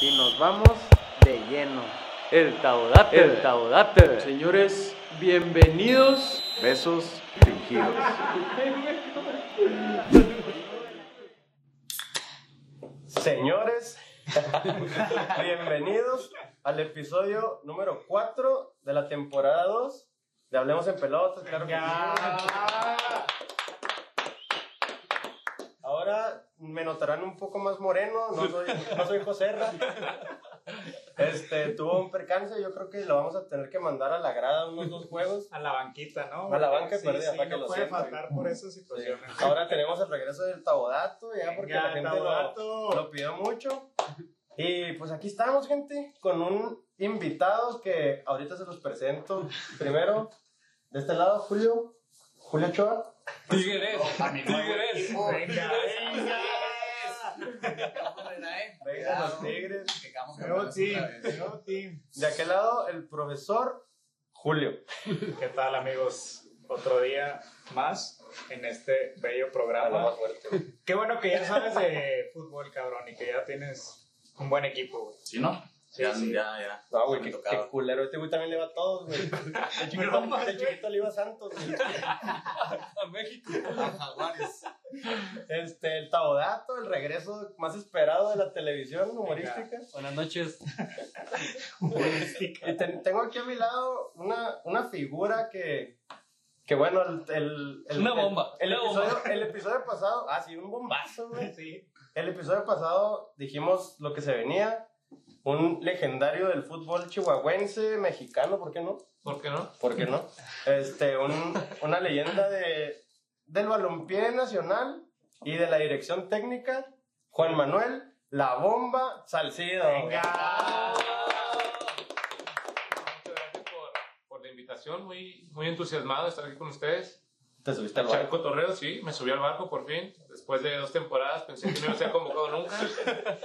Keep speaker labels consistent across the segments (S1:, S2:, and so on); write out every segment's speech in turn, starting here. S1: y nos vamos de lleno.
S2: El taudate, el taudate.
S3: Señores, bienvenidos.
S4: Besos fingidos.
S5: Señores, bienvenidos al episodio número 4 de la temporada 2 de Hablemos en Pelotas, claro que sí. Ahora me notarán un poco más moreno, no soy, no soy José Este, tuvo un percance, yo creo que lo vamos a tener que mandar a la grada unos dos juegos.
S6: A la banquita, ¿no?
S5: A la banca
S6: sí,
S5: perdida,
S6: sí,
S5: para que
S6: no
S5: lo
S6: puede
S5: sientan.
S6: faltar por esas situaciones.
S5: Ahora tenemos el regreso del Tabodato, ya porque
S6: Venga,
S5: la gente lo-
S6: Tabodato.
S5: lo pidió mucho. Y pues aquí estamos, gente, con un invitado que ahorita se los presento. Primero, de este lado, Julio. Julio Ochoa.
S2: Tigres, tigres.
S6: Venga, venga.
S5: Venga, los Tigres.
S6: Nuevo team, nuevo team.
S5: De aquel lado, el profesor Julio.
S6: ¿Qué tal, amigos? Otro día más en este bello
S5: Habla
S6: programa.
S5: más fuerte.
S6: Qué bueno que ya sabes de fútbol, cabrón, y que ya tienes un buen equipo, güey.
S7: ¿Sí, no?
S6: Sí,
S7: ya,
S6: sí.
S7: ya, ya.
S5: No, Ah, güey,
S7: Me
S5: qué,
S7: tocaba.
S5: qué culero. Este güey también le va a todos, güey. El chiquito,
S6: Bromas,
S5: el
S6: güey.
S5: chiquito le iba a Santos, güey.
S2: A México.
S5: Este, el Tabodato, el regreso más esperado de la televisión humorística.
S2: Buenas noches.
S5: Y ten- tengo aquí a mi lado una, una figura que, que bueno, el, el, el-
S2: Una
S5: el-
S2: bomba,
S5: El,
S2: una
S5: episodio,
S2: bomba.
S5: el episodio pasado, ah, sí, un bombazo, güey.
S6: Sí.
S5: El episodio pasado dijimos lo que se venía. Un legendario del fútbol chihuahuense, mexicano, ¿por qué no?
S2: ¿Por qué no?
S5: ¿Por qué no? Este, un- una leyenda de, del balompié nacional y de la dirección técnica, Juan Manuel La Bomba Salcido.
S6: Venga.
S8: Muchas gracias por, por la invitación, muy, muy entusiasmado de estar aquí con ustedes.
S5: Te subiste al
S8: Echar
S5: barco.
S8: cotorreo, sí, me subí al barco por fin. Después de dos temporadas pensé que no iba a ser convocado nunca.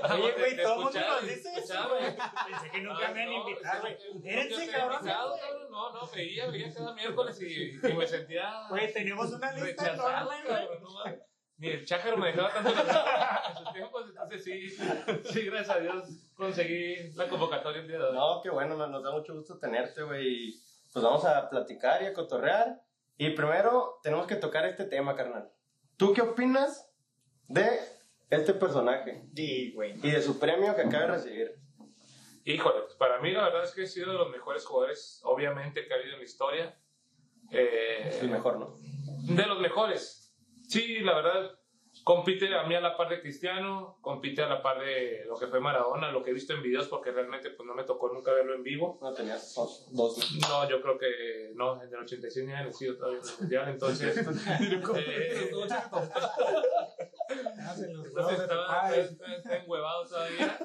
S8: Vamos,
S6: Oye, güey,
S8: te- te
S6: todo mundo
S8: escuchaba,
S6: nos dice eso,
S8: escuchaba.
S6: Pensé que nunca me
S8: Ay,
S6: han
S8: Ah, no,
S6: invitado,
S8: es que
S6: güey.
S8: nunca
S6: Érense,
S8: se
S6: cabrón.
S8: invitado, cabrón. No, no, veía, veía cada miércoles y, y me sentía
S6: Güey, tenemos una lista
S8: rechazado,
S6: enorme, güey.
S8: cabrón, no mames. Ni el chácaro me dejaba tanto en sus tiempos, entonces sí, sí, gracias a Dios conseguí la convocatoria el día de hoy.
S5: No, qué bueno, man, nos da mucho gusto tenerte, güey. Y, Pues vamos a platicar y a cotorrear. Y primero tenemos que tocar este tema, carnal. ¿Tú qué opinas de este personaje
S6: Sí, güey.
S5: y de su premio que acaba de recibir?
S8: Híjole, pues para mí la verdad es que ha sido de los mejores jugadores, obviamente, que ha habido en la historia. Eh,
S5: El mejor, ¿no?
S8: de los mejores. Sí, la verdad, compite a mí a la par de Cristiano, compite a la par de lo que fue Maradona, lo que he visto en videos, porque realmente pues, no me tocó nunca verlo en vivo.
S5: No tenías dos. dos, ¿no?
S8: No, yo creo que no, en el 86 ni había nacido todavía en el Mundial, entonces... eh,
S6: Hacen los
S8: entonces
S6: huevos de tu
S8: estaba, pues,
S6: padre.
S8: estaba- estaba enhuevado todavía.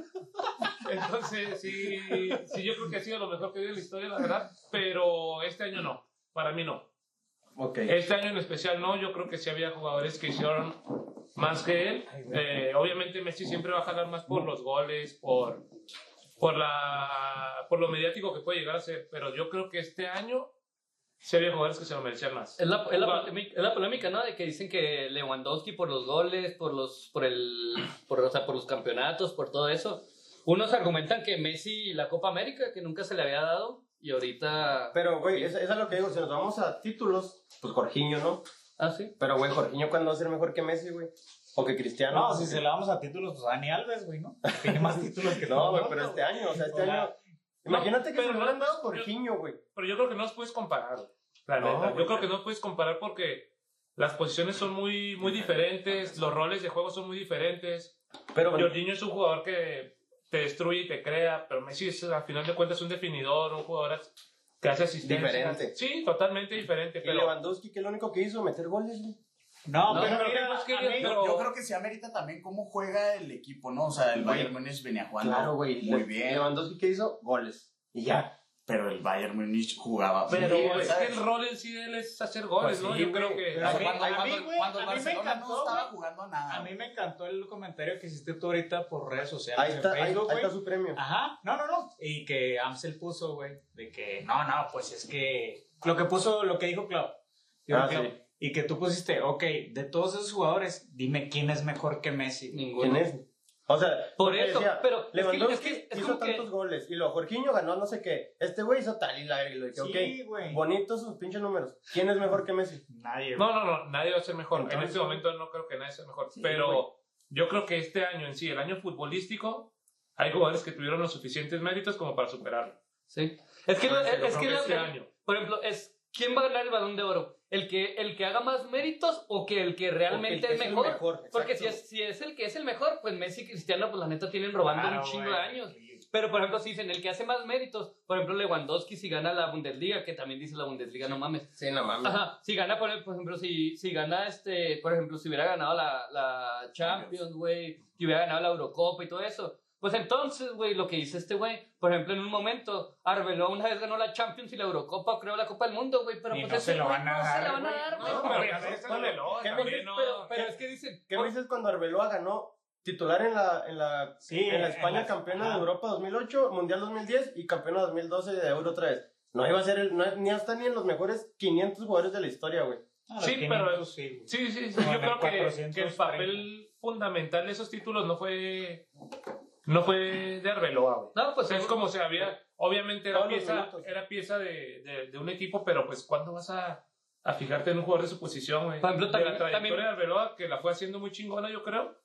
S8: Entonces, sí, sí, yo creo que ha sido lo mejor que he vivido en la historia, la verdad. Pero este año no, para mí no.
S5: Ok.
S8: Este año en especial no, yo creo que sí había jugadores que hicieron más que él. Eh, obviamente Messi siempre va a jalar más por los goles, por, por, la, por lo mediático que puede llegar a ser, pero yo creo que este año sí había jugadores que se lo merecían más.
S2: Es la, es, la, polémica- es la polémica, ¿no? De que dicen que Lewandowski por los goles, por los, por el, por, o sea, por los campeonatos, por todo eso. Unos argumentan que Messi y la Copa América, que nunca se le había dado, y ahorita...
S5: Pero, güey, eso, eso es lo que digo. Si nos vamos a títulos, pues Jorginho, ¿no?
S2: Ah, sí.
S5: Pero, güey, Jorginho, ¿cuándo va a ser mejor que Messi, güey? O que Cristiano.
S6: No, si se la vamos a títulos, pues Dani Alves, güey, ¿no? Tiene más títulos que
S5: No,
S6: todo
S5: güey,
S6: el
S5: pero
S6: mundo,
S5: este año, o sea, este
S6: O sea,
S5: año. Imagínate que
S8: pero
S5: se lo
S8: no-
S5: hubieran dado Jorginho, güey.
S8: Pero yo creo que no los puedes comparar. La
S5: No,
S8: neta.
S5: güey.
S8: yo creo que no los puedes comparar porque las posiciones son muy, muy diferentes, los roles de juego son muy diferentes.
S5: Pero,
S8: Jorginho es un jugador que te destruye y te crea, pero Messi es, al final de cuentas, un definidor, un jugador que hace asistencia.
S5: Diferente.
S8: Sí, totalmente diferente.
S5: Y
S8: Pero,
S5: Lewandowski, que lo único que hizo, meter goles, güey.
S6: No,
S2: No,
S6: pero
S8: pero
S6: mira,
S8: que
S5: pues,
S8: busque
S6: a mí-
S8: bien, pero-
S7: Yo creo que sí amerita también cómo juega el equipo, ¿no? O sea, el
S5: Güey.
S7: Bayern Múnich venía jugando
S5: Claro, güey.
S7: muy
S5: Le-
S7: bien,
S5: Lewandowski, ¿qué hizo? Goles. Y ya.
S7: pero el Bayern Múnich jugaba
S8: pero
S7: muy bien,
S8: es que
S7: ¿sabes?
S8: el rol en sí de él es hacer goles,
S7: Pues
S8: ¿no?
S7: sí,
S8: Yo
S7: güey,
S8: creo que...
S7: Pero
S6: A mí-
S7: cuando,
S6: a mí,
S7: cuando-
S6: güey,
S7: cuando
S6: a
S7: el
S6: mí me
S7: Barcelona
S6: encantó,
S7: no estaba
S6: güey.
S7: jugando nada.
S6: a mí me encantó el comentario que hiciste tú ahorita por redes sociales.
S5: Ahí está,
S6: en
S5: ahí,
S6: Facebook,
S5: ahí
S6: güey.
S5: está su premio.
S6: Ajá, no, no, no. Y que Amsel puso, güey, de que no, no, pues es que lo que puso, lo que dijo Klopp. Dijo
S5: Ah,
S6: Klopp.
S5: sí.
S6: Y que tú pusiste, ok, de todos esos jugadores, dime quién es mejor que Messi.
S2: Ninguno.
S5: ¿Quién es? O sea,
S2: Por
S5: porque
S2: eso, pero es que-
S5: Lewandowski
S2: es que- es
S5: hizo
S2: como que-
S5: tantos goles y luego Jorginho ganó no sé qué. Este güey hizo tal y la y lo dije,
S6: Sí, güey.
S5: ok, bonitos sus pinches números. ¿Quién es mejor que Messi?
S6: Nadie, güey.
S8: No, no, no, nadie va a ser mejor. en
S5: Entonces,
S8: este momento no creo que nadie sea mejor.
S6: Sí,
S8: pero
S6: güey.
S8: yo creo que este año en sí, el año futbolístico, hay jugadores que tuvieron los suficientes méritos como para superarlo.
S2: Sí. Es que,
S8: Yo
S2: la- es,
S8: creo
S2: que, eh, la-
S8: este año.
S2: por ejemplo, es quién va a ganar el balón de oro, el que el que haga más méritos o que el que realmente
S5: que
S2: es,
S5: es el
S2: mejor.
S5: mejor,
S2: Porque si
S5: exacto.
S2: es, si es el que es el mejor, pues Messi y Cristiano, pues la neta tienen robando
S6: Claro,
S2: un chingo de
S6: güey.
S2: años. Pero por ejemplo, si dicen el que hace más méritos, por ejemplo, Lewandowski si gana la Bundesliga, que también dice la Bundesliga, no mames.
S5: Sí, no mames.
S2: Ajá, si gana, por por ejemplo, si, si gana este, por ejemplo, si hubiera ganado la, la Champions, güey, si hubiera ganado la Eurocopa y todo eso. Pues entonces, güey, lo que dice este güey, por ejemplo, en un momento, Arbeloa una vez ganó la Champions y la Eurocopa, creo la Copa del Mundo, güey, pero
S6: Y
S2: pues
S6: no
S2: ese
S6: se lo
S2: güey
S6: van
S2: no
S6: a
S2: se
S6: dar,
S2: la van a
S6: güey.
S2: dar, güey.
S8: No,
S5: pero
S8: pero
S5: ya
S8: es
S5: ves,
S8: el
S5: bueno,
S8: reloj,
S5: ¿qué me
S8: también
S5: dices?
S8: no-
S5: Pero-
S2: Pero es que dicen,
S5: ¿Qué me dices cuando Arbeloa ganó titular en la, en la,
S6: Sí,
S5: en la
S6: en
S5: España
S6: la-
S5: campeona
S6: ajá.
S5: de Europa 2008, Mundial 2010 y campeona 2012 de Euro 3? No iba a ser, el, no- ni hasta ni en los mejores 500 jugadores de la historia, güey.
S6: Ah, los
S8: Sí, pero-
S6: 500 sí, güey.
S8: Sí, sí, sí.
S6: Con
S8: Yo
S6: el
S8: creo que,
S6: 430.
S8: que el papel fundamental de esos títulos no fue. No fue de Arbeloa, güey.
S2: no,
S8: O
S2: pues
S8: sea, es como se había. Obviamente era
S5: Todos los
S8: pieza,
S5: minutos.
S8: era pieza de, de, de un equipo, pero pues, ¿cuándo vas a, a fijarte en un jugador de su posición, güey?
S2: Por ejemplo,
S8: De
S2: también-
S8: la trayectoria
S2: también-
S8: de Arbeloa, que la fue haciendo muy chingona, yo creo.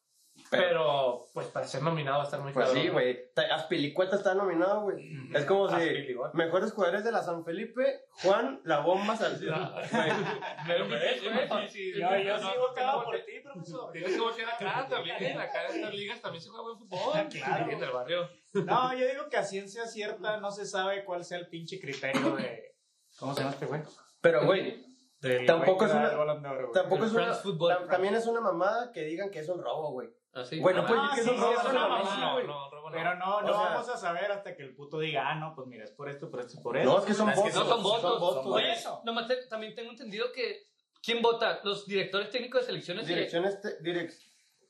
S8: Pero, pues, para ser nominado va a estar muy
S5: Pues
S8: cabrón.
S5: sí, güey. Ta- Azpilicueta está nominado, güey. Es como si
S8: Azpilicueta.
S5: mejores jugadores de la San Felipe, Juan, la bomba Salcedo.
S8: Me lo merezco, güey. Sí, sí.
S6: Yo, yo
S8: No,
S6: sí
S8: no,
S6: votaba
S8: no,
S6: por ti, profesor.
S8: Tienes que voltear acá también. Acá en estas ligas también se juega buen fútbol.
S6: Claro.
S8: En el barrio.
S6: No, yo digo que a ciencia cierta no se sabe cuál sea el pinche criterio de. ¿Cómo se llama este güey?
S5: Pero, güey,
S6: Del
S5: Tampoco
S6: güey
S5: es
S6: que da
S5: una-
S6: el Balón de Oro, güey.
S5: tampoco
S2: El
S5: es una,
S2: France Football
S5: tam-
S2: France.
S5: también es una mamada que digan que es un robo, güey.
S2: así.
S5: Bueno, pues
S6: Ah,
S5: que es
S6: sí,
S5: un
S6: sí,
S5: robo.
S6: es
S5: es
S6: una
S5: una
S6: mamada,
S5: mamada,
S8: No,
S5: güey.
S8: no, robo no.
S6: Pero no,
S5: O
S6: no
S5: sea-
S6: vamos a saber hasta que el puto diga, ah, no, pues mira, es por esto, por esto, por esto.
S5: No, es que son
S6: Es que
S5: votos.
S2: no son votos.
S6: votos.
S2: Oye,
S6: Eso.
S2: nomás te- también tengo entendido que ¿quién vota? Los directores técnicos de selecciones. que-
S5: Direcciones, te- direc-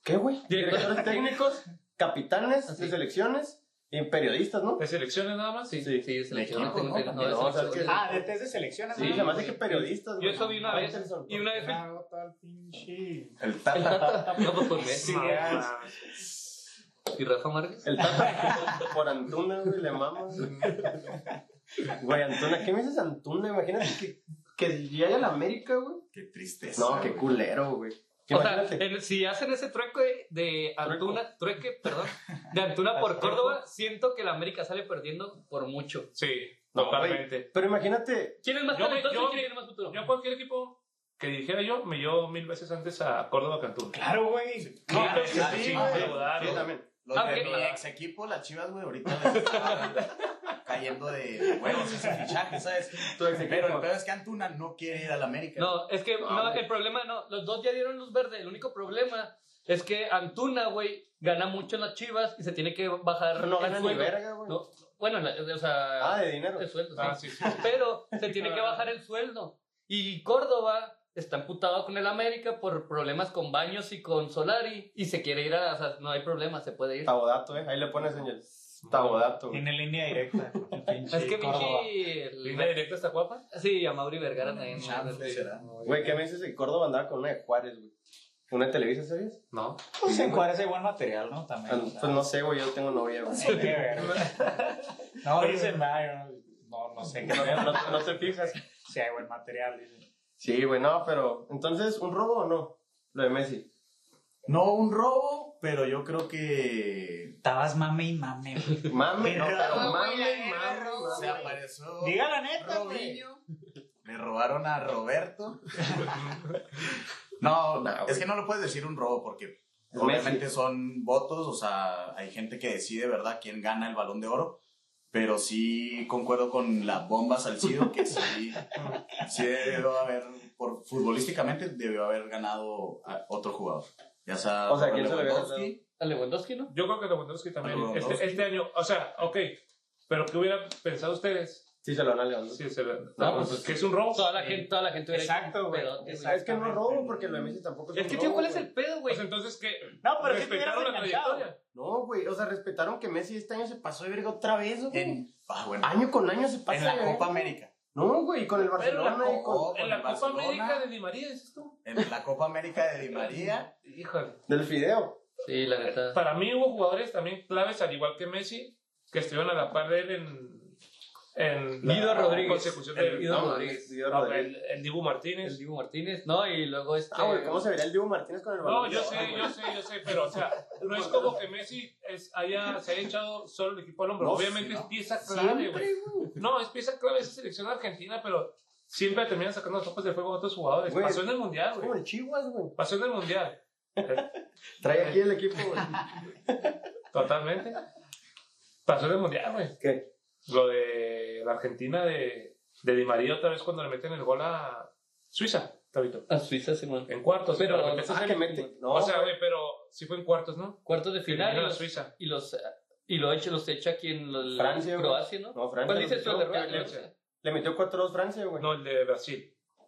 S5: ¿qué, güey?
S2: Directores
S5: Directores técnicos, capitanes
S2: Así.
S5: de selecciones y periodistas, ¿no?
S8: ¿De selecciones nada más?
S2: Sí,
S5: Sí.
S2: sí, de selecciones.
S7: equipo,
S2: tengo
S7: ¿no?
S2: entendido. No, de
S5: No, o sea,
S2: selecciones.
S5: que-
S6: Ah, de test de selecciones.
S5: Sí,
S6: ¿no?
S5: se me hace que periodistas,
S2: Yo
S5: güey.
S2: eso vi una vez.
S5: Faitelson.
S2: Y una vez
S6: Ah, vota al pinche.
S7: El Tata.
S2: el Tata. No, pues por Messi.
S6: Sí, ah,
S2: ¿Y Rafa Márquez?
S5: El Tata por Antuna, güey, le mamas. Güey, Antuna, ¿qué me dices Antuna? Imagínate que, que llegue a la América, güey.
S7: Qué tristeza.
S5: No, qué
S7: güey.
S5: culero, güey.
S2: O sea, eh,
S5: Imagínate.
S2: en- si hacen ese trueque de Antuna, trueque, perdón, de Antuna por Córdoba, siento que la América sale perdiendo por mucho.
S8: Sí,
S5: No,
S8: totalmente.
S5: güey, Pero imagínate,
S2: ¿Quién es más
S8: Yo me-
S2: talentoso
S8: yo-
S2: y quién tiene más futuro?
S8: Yo a cualquier equipo que dijera yo, me llevo mil veces antes a Córdoba Cantú.
S6: Claro, güey.
S8: No, pero
S7: sí,
S8: sí,
S7: sí,
S8: sin
S7: güey.
S8: dudar,
S5: sí,
S8: güey.
S5: también.
S7: Los
S2: Ah, ok.
S7: de mi ex equipo, las chivas, güey, ahorita les está cayendo de huevos ese fichaje, ¿sabes?
S5: Tu ex equipo.
S7: Pero el peor es que Antuna no quiere ir al América.
S2: No, es que no,
S7: güey.
S2: el problema no, los dos ya dieron luz verde. El único problema es que Antuna, güey, gana mucho en las chivas y se tiene que bajar.
S5: No
S2: el
S5: gana ni
S2: sueldo.
S5: verga, güey.
S2: No, bueno, la- o sea,
S5: Ah, de dinero.
S2: el sueldo, sí.
S8: Ah, sí, sí.
S2: pero se tiene que bajar el sueldo. Y Córdoba está emputado con el América por problemas con Baños y con Solari y se quiere ir a, o sea, no hay problema, se puede ir.
S5: Tabodato, eh. Ahí le pones señor. Tabodato, güey.
S6: Tiene línea directa. el pinche
S2: es que
S6: Córdoba.
S8: ¿Línea
S2: Vinci
S8: directa hasta Guapa?
S2: Sí, a Mauri Vergara
S7: No,
S2: también.
S7: chance será.
S5: Güey, ¿qué me dices que Córdoba andaba con una de Juárez, güey? ¿Una de Televisa, sabías?
S8: No.
S6: Pues en Juárez hay buen material, ¿no?
S5: Ah,
S6: También. o sea,
S5: Pues no sé, güey, yo tengo novia, güey.
S6: sé qué ver. No, dicen, "Ah, yo no, no, no sé qué ver.
S5: No, no- no te fijas.
S6: Si hay buen material, dicen.
S5: Sí, güey, no, pero. Entonces, ¿un robo o no? Lo de Messi.
S7: No un robo, pero yo creo que
S6: Estabas mame y mame, güey.
S5: Mame, no, pero
S7: No,
S5: mame,
S7: güey, eh.
S5: mame.
S7: se apareció.
S6: Diga la neta, güey.
S7: Robinho. Le robaron a Roberto. No,
S5: Nah, güey.
S7: es que no lo puedes decir un robo porque
S5: Es
S7: obviamente
S5: Messi.
S7: son votos, o sea, hay gente que decide, ¿verdad?, quién gana el balón de oro. Pero sí concuerdo con la bomba Salcido, que sí, sí debió haber, por, futbolísticamente debió haber ganado a otro jugador. Ya sea,
S5: O sea, ¿quién se lo hubiera
S7: Lewandowski.
S2: A Lewandowski, ¿no?
S8: Yo creo que Lewandowski también.
S7: Lewandowski.
S8: Este, este año, o sea, ok. Pero ¿qué hubieran pensado ustedes?
S5: Sí, se lo van a León.
S8: Si se,
S2: No,
S8: pues, que es un robo.
S2: Toda la gente, toda la gente hubiera
S6: Exacto, güey.
S2: pedote,
S6: Exacto.
S5: Es que no es robo porque lo de Messi tampoco es
S2: Es
S5: un
S2: que,
S5: robo,
S2: tío, ¿cuál es
S5: güey.
S2: el pedo, güey?
S8: Pues entonces que.
S6: No, pero si te hubieras
S8: Respetaron la
S6: enganchado.
S8: trayectoria.
S5: No, güey, o sea, respetaron que Messi este año se pasó de verga otra vez, güey.
S7: En, ah, bueno,
S5: Año con año se pasa
S7: en
S5: de
S7: la
S5: verga.
S7: Copa América.
S5: No, güey, con el
S7: Pero la
S5: Barcelona y con...
S7: Copa-
S8: En la
S7: el
S8: Copa
S7: Barcelona,
S8: América de Di María, ¿es esto?
S7: En la Copa América de Di María.
S2: Híjole.
S5: Del fideo.
S2: Sí, la neta.
S8: Para mí hubo jugadores también claves, al igual que Messi, que estuvieron a la par de él en, en la
S2: Guido Rodríguez.
S8: consecución del-
S2: El Guido
S8: no,
S2: Rodríguez.
S5: Diego
S8: no,
S5: Rodríguez.
S8: el, el Dibu
S2: El
S8: Martínez.
S2: Dibu Martínez, ¿no? Y luego este.
S5: Ah, güey, ¿cómo se vería el Diego Martínez con el balón?
S8: No, yo sé, yo sé, yo sé, pero o sea, no es como que Messi es- haya, se haya echado solo el equipo al hombro.
S7: No,
S8: Obviamente
S7: sí, ¿no?
S8: es pieza clave, güey. No, es pieza clave esa selección argentina, pero siempre terminan sacando los topos de fuego a otros jugadores.
S5: Güey,
S8: Pasó en el
S5: Es
S8: mundial,
S5: como
S8: güey.
S5: el Chihuahua, güey.
S8: Pasó en el mundial.
S5: Trae aquí el equipo, güey.
S8: Totalmente. Pasó en el mundial, güey.
S5: ¿Qué?
S8: Lo de la Argentina de, de Di María otra vez cuando le meten el gol a Suiza, Tabito.
S2: A Suiza, Simón.
S8: En cuartos.
S2: Pero-
S8: cuando le metes
S5: Ah,
S8: el-
S5: que mete. No,
S8: o sea, güey, pero sí fue en cuartos, ¿no?
S2: Cuartos de final.
S8: Final
S2: Y
S8: a
S2: los,
S8: Suiza.
S2: y los. eh, Y lo echa, los echa aquí en la-
S5: Francia, güey.
S2: Croacia, ¿no?
S5: No, Francia
S2: ¿Cuál
S5: le
S2: dices tú?
S5: metió-
S2: El de Fra-
S8: le-
S2: Francia.
S5: Le metió 4-2 Francia, güey.
S8: No, el de Brasil.
S5: Ah,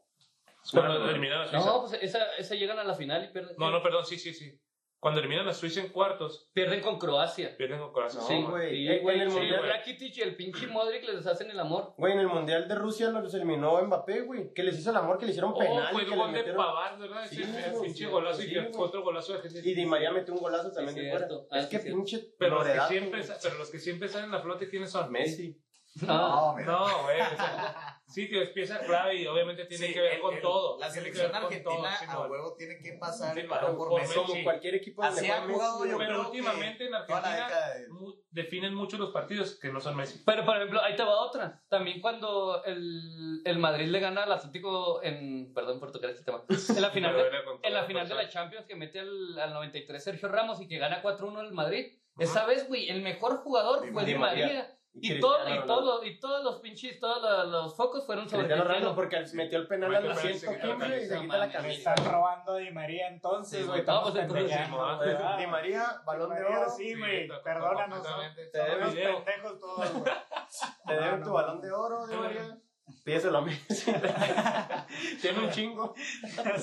S8: Cuando
S5: Bueno,
S8: eliminaron a Suiza.
S2: No, pues esa, esa llegan a la final y pierden.
S8: No, no, perdón, sí, sí, sí. Cuando eliminan a Suiza en cuartos,
S2: Pierden con Croacia.
S8: pierden con corazón.
S5: No,
S2: sí,
S5: güey.
S2: Sí,
S5: Eh,
S2: güey.
S5: en el
S2: sí,
S5: Mundial-
S2: güey. Rakitic y el pinche Modric les hacen el amor.
S5: Güey, en el Mundial de Rusia los eliminó Mbappé, güey. Que les hizo el amor, que le hicieron penal.
S8: Oh, fue
S5: y,
S8: el
S5: que
S8: gol
S5: le
S8: de
S5: metieron-
S8: Pavard, ¿verdad? Ese
S5: Sí,
S8: el
S5: güey,
S8: pinche golazo
S5: sí,
S8: y que
S5: güey.
S8: fue otro golazo de Argentina.
S5: y Di María metió un golazo también
S2: Sí,
S5: de fuera.
S2: cierto. Ah,
S5: Es
S2: sí,
S5: que
S2: cierto.
S5: pinche
S8: Pero los, que
S5: novedad,
S8: siempre,
S5: güey.
S8: sa- pero los que siempre salen a flote, ¿quiénes son?
S5: Messi.
S2: No.
S5: Ah.
S7: mira.
S8: No, güey. o sea, sí, tío, es pieza clave y obviamente tiene
S7: Sí,
S8: que ver
S7: el-
S8: con
S7: el-
S8: todo.
S7: La
S8: Tiene que
S7: selección
S8: ver con todo,
S7: argentina
S8: sí,
S7: a
S8: no.
S7: huevo tiene que pasar
S8: Sí,
S7: el balón
S8: claro,
S7: por
S8: por
S7: Messi.
S5: Como
S8: Sí.
S5: cualquier equipo donde
S7: Así ha
S5: juega Messi,
S7: jugado
S5: güey.
S7: yo creo
S8: Pero
S7: que
S8: últimamente en
S7: toda la
S8: Argentina
S7: década de-
S8: mu- definen mucho los partidos que no son Messi.
S2: Pero, por ejemplo, ahí te va otra. También cuando el, el Madrid le gana al Atlético en... Perdón por tocar este tema. En la final,
S8: Me
S2: de,
S8: duele con todo
S2: en la
S8: el
S2: final de la
S8: corazón.
S2: Champions que mete al, al 93 Sergio Ramos y que gana 4-1 el Madrid. Esa vez, güey, el mejor jugador
S7: Di
S2: fue Di
S5: María.
S2: María. Y,
S5: Cristiano
S2: todo, y,
S5: Ronaldo.
S2: todo, y todos los pinches, todos los, los focos fueron sobre
S5: Cristiano
S2: Cristiano.
S5: Ronaldo porque metió el penal
S8: Metió
S5: al
S8: el penal y se
S5: 115 y se
S8: quitó
S5: quita la
S2: la
S6: Me
S5: camisa.
S6: están robando a Di María entonces, güey.
S2: Vamos,
S6: Estamos
S2: entonces,
S6: pendejando,
S8: Simón.
S6: güey. Ah,
S5: Di María, balón de
S6: María,
S5: oro.
S6: Sí, güey.
S8: Sí,
S6: Perdónanos.
S8: completamente.
S6: ¿no? Somos
S5: Te
S6: unos
S8: video.
S6: pendejos todos, güey.
S5: Te dieron tu balón de oro, Di María. Pídeselo a Messi. Tiene un chingo.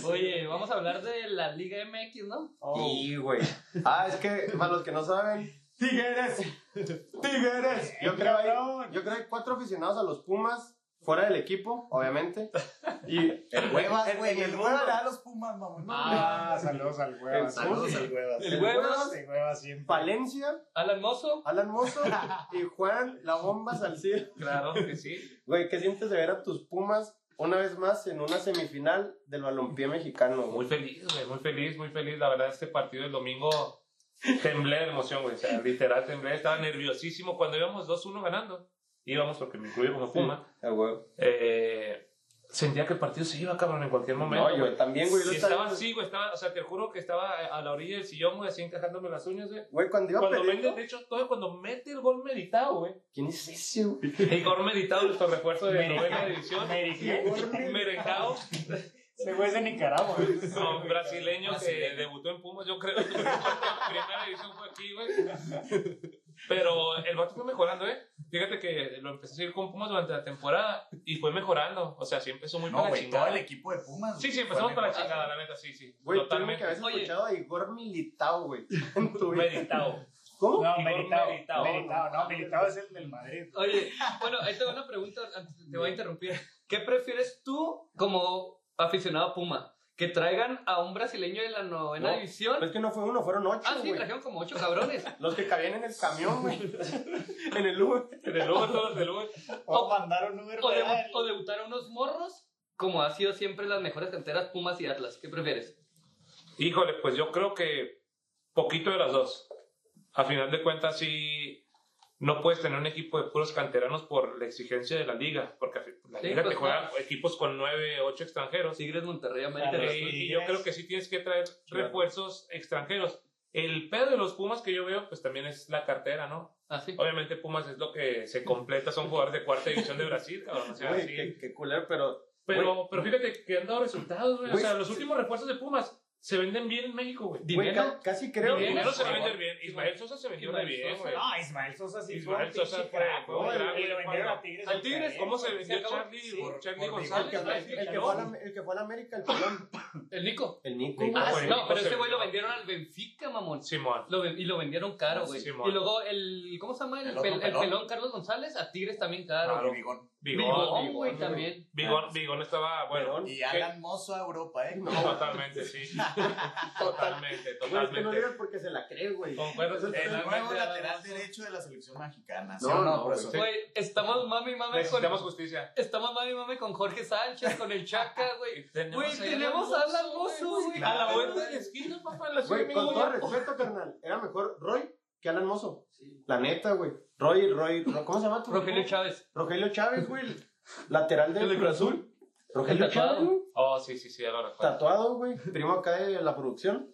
S2: Oye, vamos a hablar de la Liga MX, ¿no?
S6: Oh.
S5: Y, güey. Ah, es que para los que no saben, Tigres. Tigres. Yo creo, hay, yo creo que hay cuatro aficionados a los Pumas fuera del equipo, obviamente. Y
S7: El huevas,
S5: En-
S7: güey.
S5: en
S7: El
S5: el
S7: huevas
S5: huevo.
S7: le da a los Pumas, mamón.
S6: Ah, saludos al huevas.
S7: Saludos al huevas.
S2: El
S5: Huevas,
S6: Sí, huevas siempre.
S5: Palencia,
S2: Alan Mozo.
S5: Alan Mozo y Juan La Bomba Salcido.
S8: Claro que sí.
S5: Güey, ¿qué sientes de ver a tus Pumas una vez más en una semifinal del balompié mexicano?
S8: Muy
S5: güey?
S8: feliz, güey. Muy feliz, muy feliz. La verdad, este partido del domingo temblé de emoción, güey. O sea, literal temblé. Estaba nerviosísimo cuando íbamos 2-1 ganando. Íbamos porque me incluyo como Puma.
S5: Ah, güey.
S8: Eh, sentía que el partido se iba, cabrón, en cualquier momento.
S5: No,
S8: güey.
S5: yo también, güey. yo
S8: Y
S5: lo estaba-
S8: estaba así, güey, estaba, o sea, te juro que estaba a la orilla del sillón, güey, así encajándome las uñas, güey.
S5: Güey, cuando iba
S8: Cuando
S5: perdiendo-
S8: mete, de hecho, todavía cuando mete el gol meditado, güey.
S5: ¿Quién es ese, güey?
S8: El gol meditado, nuestro refuerzo de
S6: Merengue.
S8: novena división.
S6: Merengue.
S8: Merengao,
S6: Ese güey es de Nicaragua. güey.
S8: no, un brasileño que
S7: Brasileño.
S8: debutó en Pumas, yo creo. que su primera división fue aquí, güey. Pero el vato fue mejorando, ¿eh? Fíjate que lo empecé a seguir con Pumas durante la temporada y fue mejorando. O sea, sí empezó muy
S7: No,
S8: para la
S7: güey. Todo
S8: chingada.
S7: el equipo de Pumas.
S8: Sí, sí,
S7: güey,
S8: empezamos
S7: fue
S8: para la
S7: mejor.
S8: chingada, la neta, sí, sí.
S5: Güey, tú nunca
S8: totalmente.
S5: habías
S2: Oye.
S5: escuchado a Igor Militao, güey. En tu vida.
S8: Meditado.
S5: ¿Cómo?
S6: No,
S8: Igor
S6: Meritao.
S8: Meritao.
S6: Meritao, no, Meritao es el del Madrid.
S2: Oye, bueno, ahí te va una pregunta, antes- te voy a interrumpir. ¿Qué prefieres tú como aficionado a Puma? ¿Que traigan a un brasileño de la novena
S5: No, Pero
S2: división?
S5: es que no fue uno, fueron ocho,
S2: Ah, sí,
S5: güey.
S2: trajeron como ocho cabrones.
S5: Los que cabían en el camión, güey. en el Uber.
S8: De luego, todos de luego.
S6: O mandaron Uber,
S2: O, debu-
S6: ¿verdad?
S2: o debutar a unos morros, como ha sido siempre las mejores canteras Pumas y Atlas. ¿Qué prefieres?
S8: Híjole, pues yo creo que poquito de las dos. A final de cuentas, sí, no puedes tener un equipo de puros canteranos por la exigencia de la liga, porque a fin- la
S2: Sí,
S8: liga
S2: pues,
S8: te juega equipos con nueve, ocho extranjeros.
S2: Tigres, Monterrey, América.
S6: Claro.
S8: Eh,
S2: Cruz Azul.
S8: y yo creo que sí tienes que traer refuerzos extranjeros. El pedo de los Pumas que yo veo, pues también es la cartera, ¿no?
S2: Ah, sí.
S8: Obviamente Pumas es lo que se completa, son jugadores de cuarta división de Brasil, cabrón. O sea,
S5: Güey,
S8: sí.
S5: qué, qué culero, pero...
S8: Pero, pero fíjate que han dado resultados, güey. O
S5: Güey,
S8: sea, los últimos refuerzos de Pumas se venden bien en México, güey.
S5: Güey,
S2: Dinero.
S5: ca- casi creo...
S2: Dinero Dinero
S8: Dinero se
S2: se
S8: va a
S2: vende
S8: vender bien. Ismael Sosa se vendió re
S2: Ismael
S8: bien,
S2: Sosa.
S8: güey.
S6: No, Ismael Sosa sí
S8: Ismael
S6: fue un
S8: Sosa
S6: pinche
S8: fue-
S6: crack,
S8: fue un
S6: güey,
S8: gran,
S6: y lo
S8: güey,
S6: vendieron
S8: cuando-
S6: a Tigres.
S8: Al Tigres,
S6: también,
S8: ¿cómo se
S6: güey.
S8: vendió
S2: acabó.
S8: Charlie?
S6: Sí,
S8: por Charlie
S6: por
S5: El que, fue,
S8: González, güey.
S5: el que fue a la, el que fue a la América, el pelón.
S2: El Nico.
S5: El Nico,
S8: Nico,
S5: güey.
S2: Ah,
S8: güey,
S2: no,
S8: Nico
S2: pero
S8: se
S2: ese güey lo
S8: vendió.
S2: vendieron al Benfica, mamón.
S8: Simón.
S2: Lo ven- y lo vendieron caro, güey.
S8: Simón.
S2: y luego el. ¿Cómo se llama? El,
S7: El otro
S2: pel- el
S7: pelón.
S2: pelón Carlos González a Tigres también
S7: Claro,
S2: caro.
S7: y Bigón.
S8: Bigón.
S2: Bigón, güey, también.
S5: Ah,
S8: Bigón, Bigón estaba, bueno.
S5: Pelón.
S7: Y Alan Mozo a Europa, ¿eh?
S8: Totalmente, sí. Totalmente,
S5: Güey, es que no
S8: totalmente.
S5: digas porque se la crees, güey.
S8: Concuerdo
S7: El
S8: totalmente,
S7: nuevo
S8: Adán,
S7: lateral
S8: sí.
S7: derecho de la selección mexicana. ¿sí
S5: No,
S7: o no,
S5: no,
S7: profesor?
S2: Güey, estamos mami mame con.
S8: Necesitamos justicia.
S2: Estamos mami mame con Jorge Sánchez, con el Chaca, güey. Güey,
S8: ahí
S2: tenemos a Alan Mozo, güey.
S8: A la vuelta de la esquina, papá, en la Ciudad de
S5: Güey, con todo
S8: México.
S5: respeto, carnal. Era mejor Roy que Alan Mozo. La neta, güey. Roy, Roy, Ro- ¿cómo se llama? tu
S2: Rogelio
S5: equipo?
S2: Chávez.
S5: Rogelio Chávez, güey. Lateral del
S2: El de
S5: Cruz
S2: Cruz
S5: Azul. Rogelio
S2: El tatuado.
S5: Chávez, güey.
S8: Oh, sí, sí, sí, ahora.
S5: Tatuado, güey. Primo acá de la producción.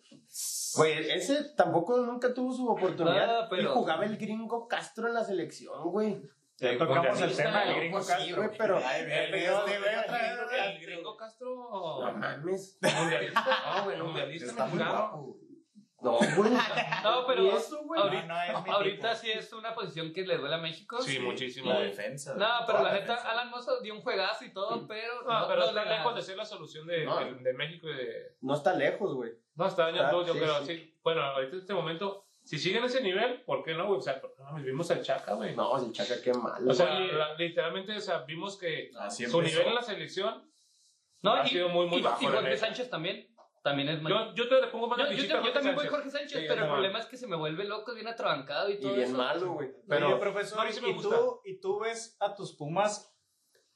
S5: Güey, ese tampoco nunca tuvo su oportunidad.
S2: Ah, pero-
S5: Y jugaba el gringo Castro en la selección, güey.
S4: Ya tocamos el
S2: organista,
S4: tema del
S2: ¿no?
S4: gringo
S5: Pues sí, güey, pero.
S7: Ay, ve, ve, este, ve, otra vez, ve.
S8: El gringo
S5: No
S8: Castro.
S5: mames.
S8: Mundialista. No, güey,
S7: Está
S8: mundialista
S7: muy
S8: mexicano.
S7: guapo, güey.
S5: No, güey.
S2: No, pero
S5: ¿Y eso, güey?
S2: ahorita,
S7: No, no, es mi tipo.
S2: ahorita sí es una posición que le duele a México.
S8: Sí, muchísimo.
S7: La
S8: güey.
S7: defensa.
S2: No,
S7: güey,
S2: pero
S7: toda
S2: la neta,
S7: defensa.
S2: Alan Mozo dio un juegazo y todo, pero.
S8: No, Ah, pero
S2: no
S8: está
S2: le da.
S8: lejos de ser la solución de,
S5: No.
S8: de- de México y de...
S5: No está lejos, güey.
S8: No, está daño
S5: Ah,
S8: todo, yo
S5: sí,
S8: creo.
S5: sí.
S8: sí. Bueno, ahorita en este momento, si siguen ese nivel, ¿por qué no, güey? O sea, no mames, vimos al Chaca, güey.
S5: No, el chaca, qué malo.
S8: O sea,
S5: güey.
S8: la- literalmente, o sea, vimos que
S7: Así
S8: su
S7: Ah, empezó.
S8: nivel en la selección...
S2: No,
S8: ha
S2: y,
S8: sido muy, muy
S2: y-
S8: bajo,
S2: y
S8: la
S2: Jorge
S8: neta.
S2: Sánchez también. También es malo.
S8: Yo, yo te le pongo más
S2: Yo,
S8: la
S2: yo-
S8: fichita a
S2: yo
S8: Jorge
S2: también voy
S8: Sánchez.
S2: Jorge Sánchez,
S8: Sí,
S2: pero el
S8: no.
S2: problema es que se me vuelve loco, bien atrabancado y
S5: Y
S2: todo
S5: bien
S2: eso.
S5: malo, güey.
S6: Pero,
S5: Pero.
S6: profesor,
S8: no, a mí sí me
S6: ¿y,
S8: gusta.
S6: tú, ¿y tú ves a tus Pumas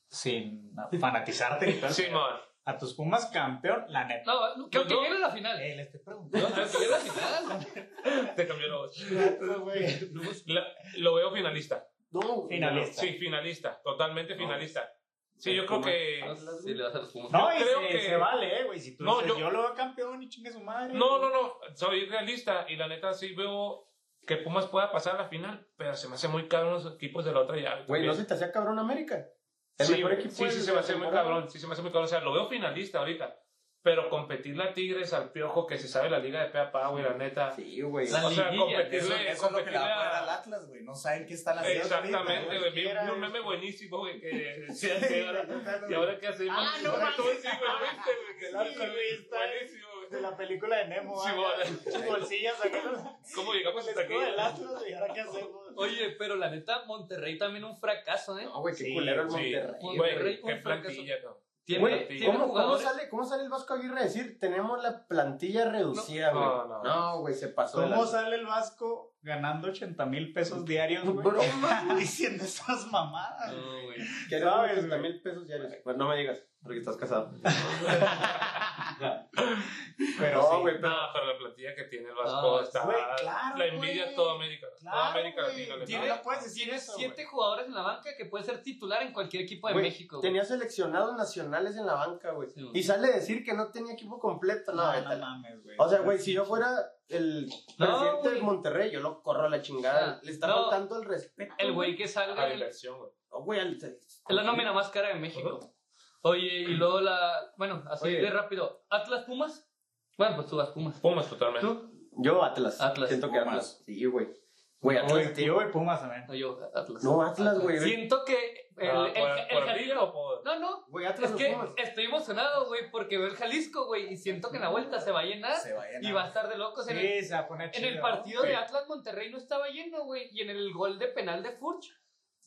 S6: sin fanatizarte? y todo,
S8: Sí, man.
S6: a tus Pumas campeón, la neta.
S2: No, no, que
S8: No,
S2: que
S8: no.
S2: llegue a la final.
S6: Eh, le estoy preguntando.
S2: Que llegue a la final.
S8: Te cambió la voz.
S6: güey.
S8: La- lo veo finalista.
S5: No, güey.
S6: Finalista.
S8: Sí, finalista. Totalmente finalista. Sí, yo creo
S5: ¿Cómo?
S8: que...
S2: Sí, le vas a los Pumas.
S6: No, y
S8: Creo
S6: se,
S8: que-
S6: se vale, eh, güey. Si tú
S8: No,
S6: dices,
S8: yo-
S6: yo... lo veo campeón y chingue su madre.
S8: No, no, no, soy realista y la neta sí veo que Pumas pueda pasar a la final, pero se me hace muy caro los equipos de la otra llave.
S5: Güey, no
S8: también.
S5: se te hacía cabrón América. El
S8: sí,
S5: mejor
S8: güey,
S5: equipo
S8: sí,
S5: de
S8: sí,
S5: la
S8: se me hace muy
S5: temporada.
S8: cabrón, sí se me hace muy cabrón, o sea, lo veo finalista ahorita, pero competirle a Tigres, al Piojo, que se sabe la liga de pe a pa, güey, la neta.
S5: Sí, güey.
S7: La
S8: o sea,
S2: liguilla,
S7: Eso,
S8: competirle,
S7: eso es lo que le va
S8: competirle
S7: a poner
S8: a-
S7: al Atlas, güey. No saben qué están haciendo.
S8: Exactamente,
S7: ahorita,
S8: güey. Vi,
S5: cualquiera,
S8: vi un
S5: güey.
S8: meme buenísimo, güey, que decía que ahora, y ahora qué hacemos.
S6: Ah, no,
S8: Ahora,
S6: mames.
S8: ¿cómo sí, güey, viste, güey, que
S6: Sí,
S8: largo, güey,
S6: güey, está-
S8: buenísimo, güey.
S6: De la película de Nemo,
S8: Sí, Pues
S6: ah,
S8: bueno.
S6: sus bolsillas sacando
S8: ¿Cómo
S6: el
S8: llegamos hasta aquí?
S6: escudo del Atlas y ahora qué hacemos.
S2: Oye, pero la neta, Monterrey también un fracaso, ¿eh?
S5: No, güey, qué
S6: Sí,
S5: culero el
S8: sí.
S5: Monterrey.
S2: Güey,
S8: Güey,
S2: un
S8: qué
S2: fracaso.
S8: plantilla, cabrón.
S2: Tiene,
S5: Güey,
S2: tiene
S5: ¿cómo, cómo,
S2: jugadores.
S5: sale, ¿cómo sale el Vasco Aguirre a decir tenemos la plantilla reducida,
S8: No,
S5: güey?
S2: Ah.
S8: no, no.
S5: No, güey, se pasó. de
S6: ¿Cómo
S5: la-
S6: sale el Vasco ganando 80 mil pesos diarios, güey?
S5: Broma.
S6: Diciendo esas mamadas.
S2: No, güey.
S5: Que eran
S6: ¿Sabes,
S5: 80
S6: güey?
S5: mil pesos diarios. Pues no me digas, porque estás casado.
S6: Pero
S5: no,
S6: sí.
S5: güey, pero.
S8: No, pero la plantilla que tiene el
S2: No,
S8: Vasco está.
S6: güey, claro,
S8: la envidia
S6: güey.
S8: toda América. toda
S6: Claro,
S8: América
S6: güey.
S8: Latina. le
S6: Tiene-
S8: da.
S6: no puedes decir
S2: Tienes
S6: eso,
S2: Siete jugadores en la banca que puede ser titular en cualquier equipo de
S5: Güey,
S2: México. güey.
S5: tenía seleccionados nacionales en la banca, güey.
S2: Sí, güey.
S5: y sale a decir que no tenía equipo completo. No,
S6: No,
S5: vete a
S6: no
S5: la-
S6: mames, güey.
S5: O sea, güey, si yo fuera el
S2: No,
S5: presidente
S2: güey.
S5: de Monterrey, yo lo corro a la chingada.
S2: Ah,
S5: Le está
S2: no.
S5: faltando el respeto.
S2: El güey que salga
S8: La
S2: el- es
S8: diversión, güey.
S5: No, güey, al-
S2: la nómina más cara de México. Oye, y luego la. Bueno, así
S5: Oye.
S2: de rápido. ¿Atlas Pumas? Bueno, pues tú vas Pumas.
S8: Pumas totalmente.
S5: Yo Atlas.
S2: Atlas.
S5: Siento que
S7: Pumas.
S5: Atlas. Sí, güey. Güey, Atlas.
S6: Güey,
S5: tiene-
S6: yo voy Pumas también.
S2: No, yo, Atlas.
S5: No, Atlas, güey.
S2: Siento que. El,
S8: Ah,
S2: el-
S8: ¿Por,
S2: el-
S8: por
S2: el
S8: ardilla
S2: Jalisco-
S8: o por.?
S2: No, no.
S5: Güey,
S2: Es
S5: Atlas o
S2: que
S5: Pumas.
S2: estoy emocionado, güey, porque veo el Jalisco, güey, y siento que en la vuelta se va a llenar
S7: pues, Se va a llenar.
S2: y va a estar de locos en el
S6: Sí, se va a poner
S2: En
S6: chido,
S2: el
S6: ¿no?
S2: partido de Atlas Monterrey no estaba lleno, güey. Y en el gol de penal de Furch,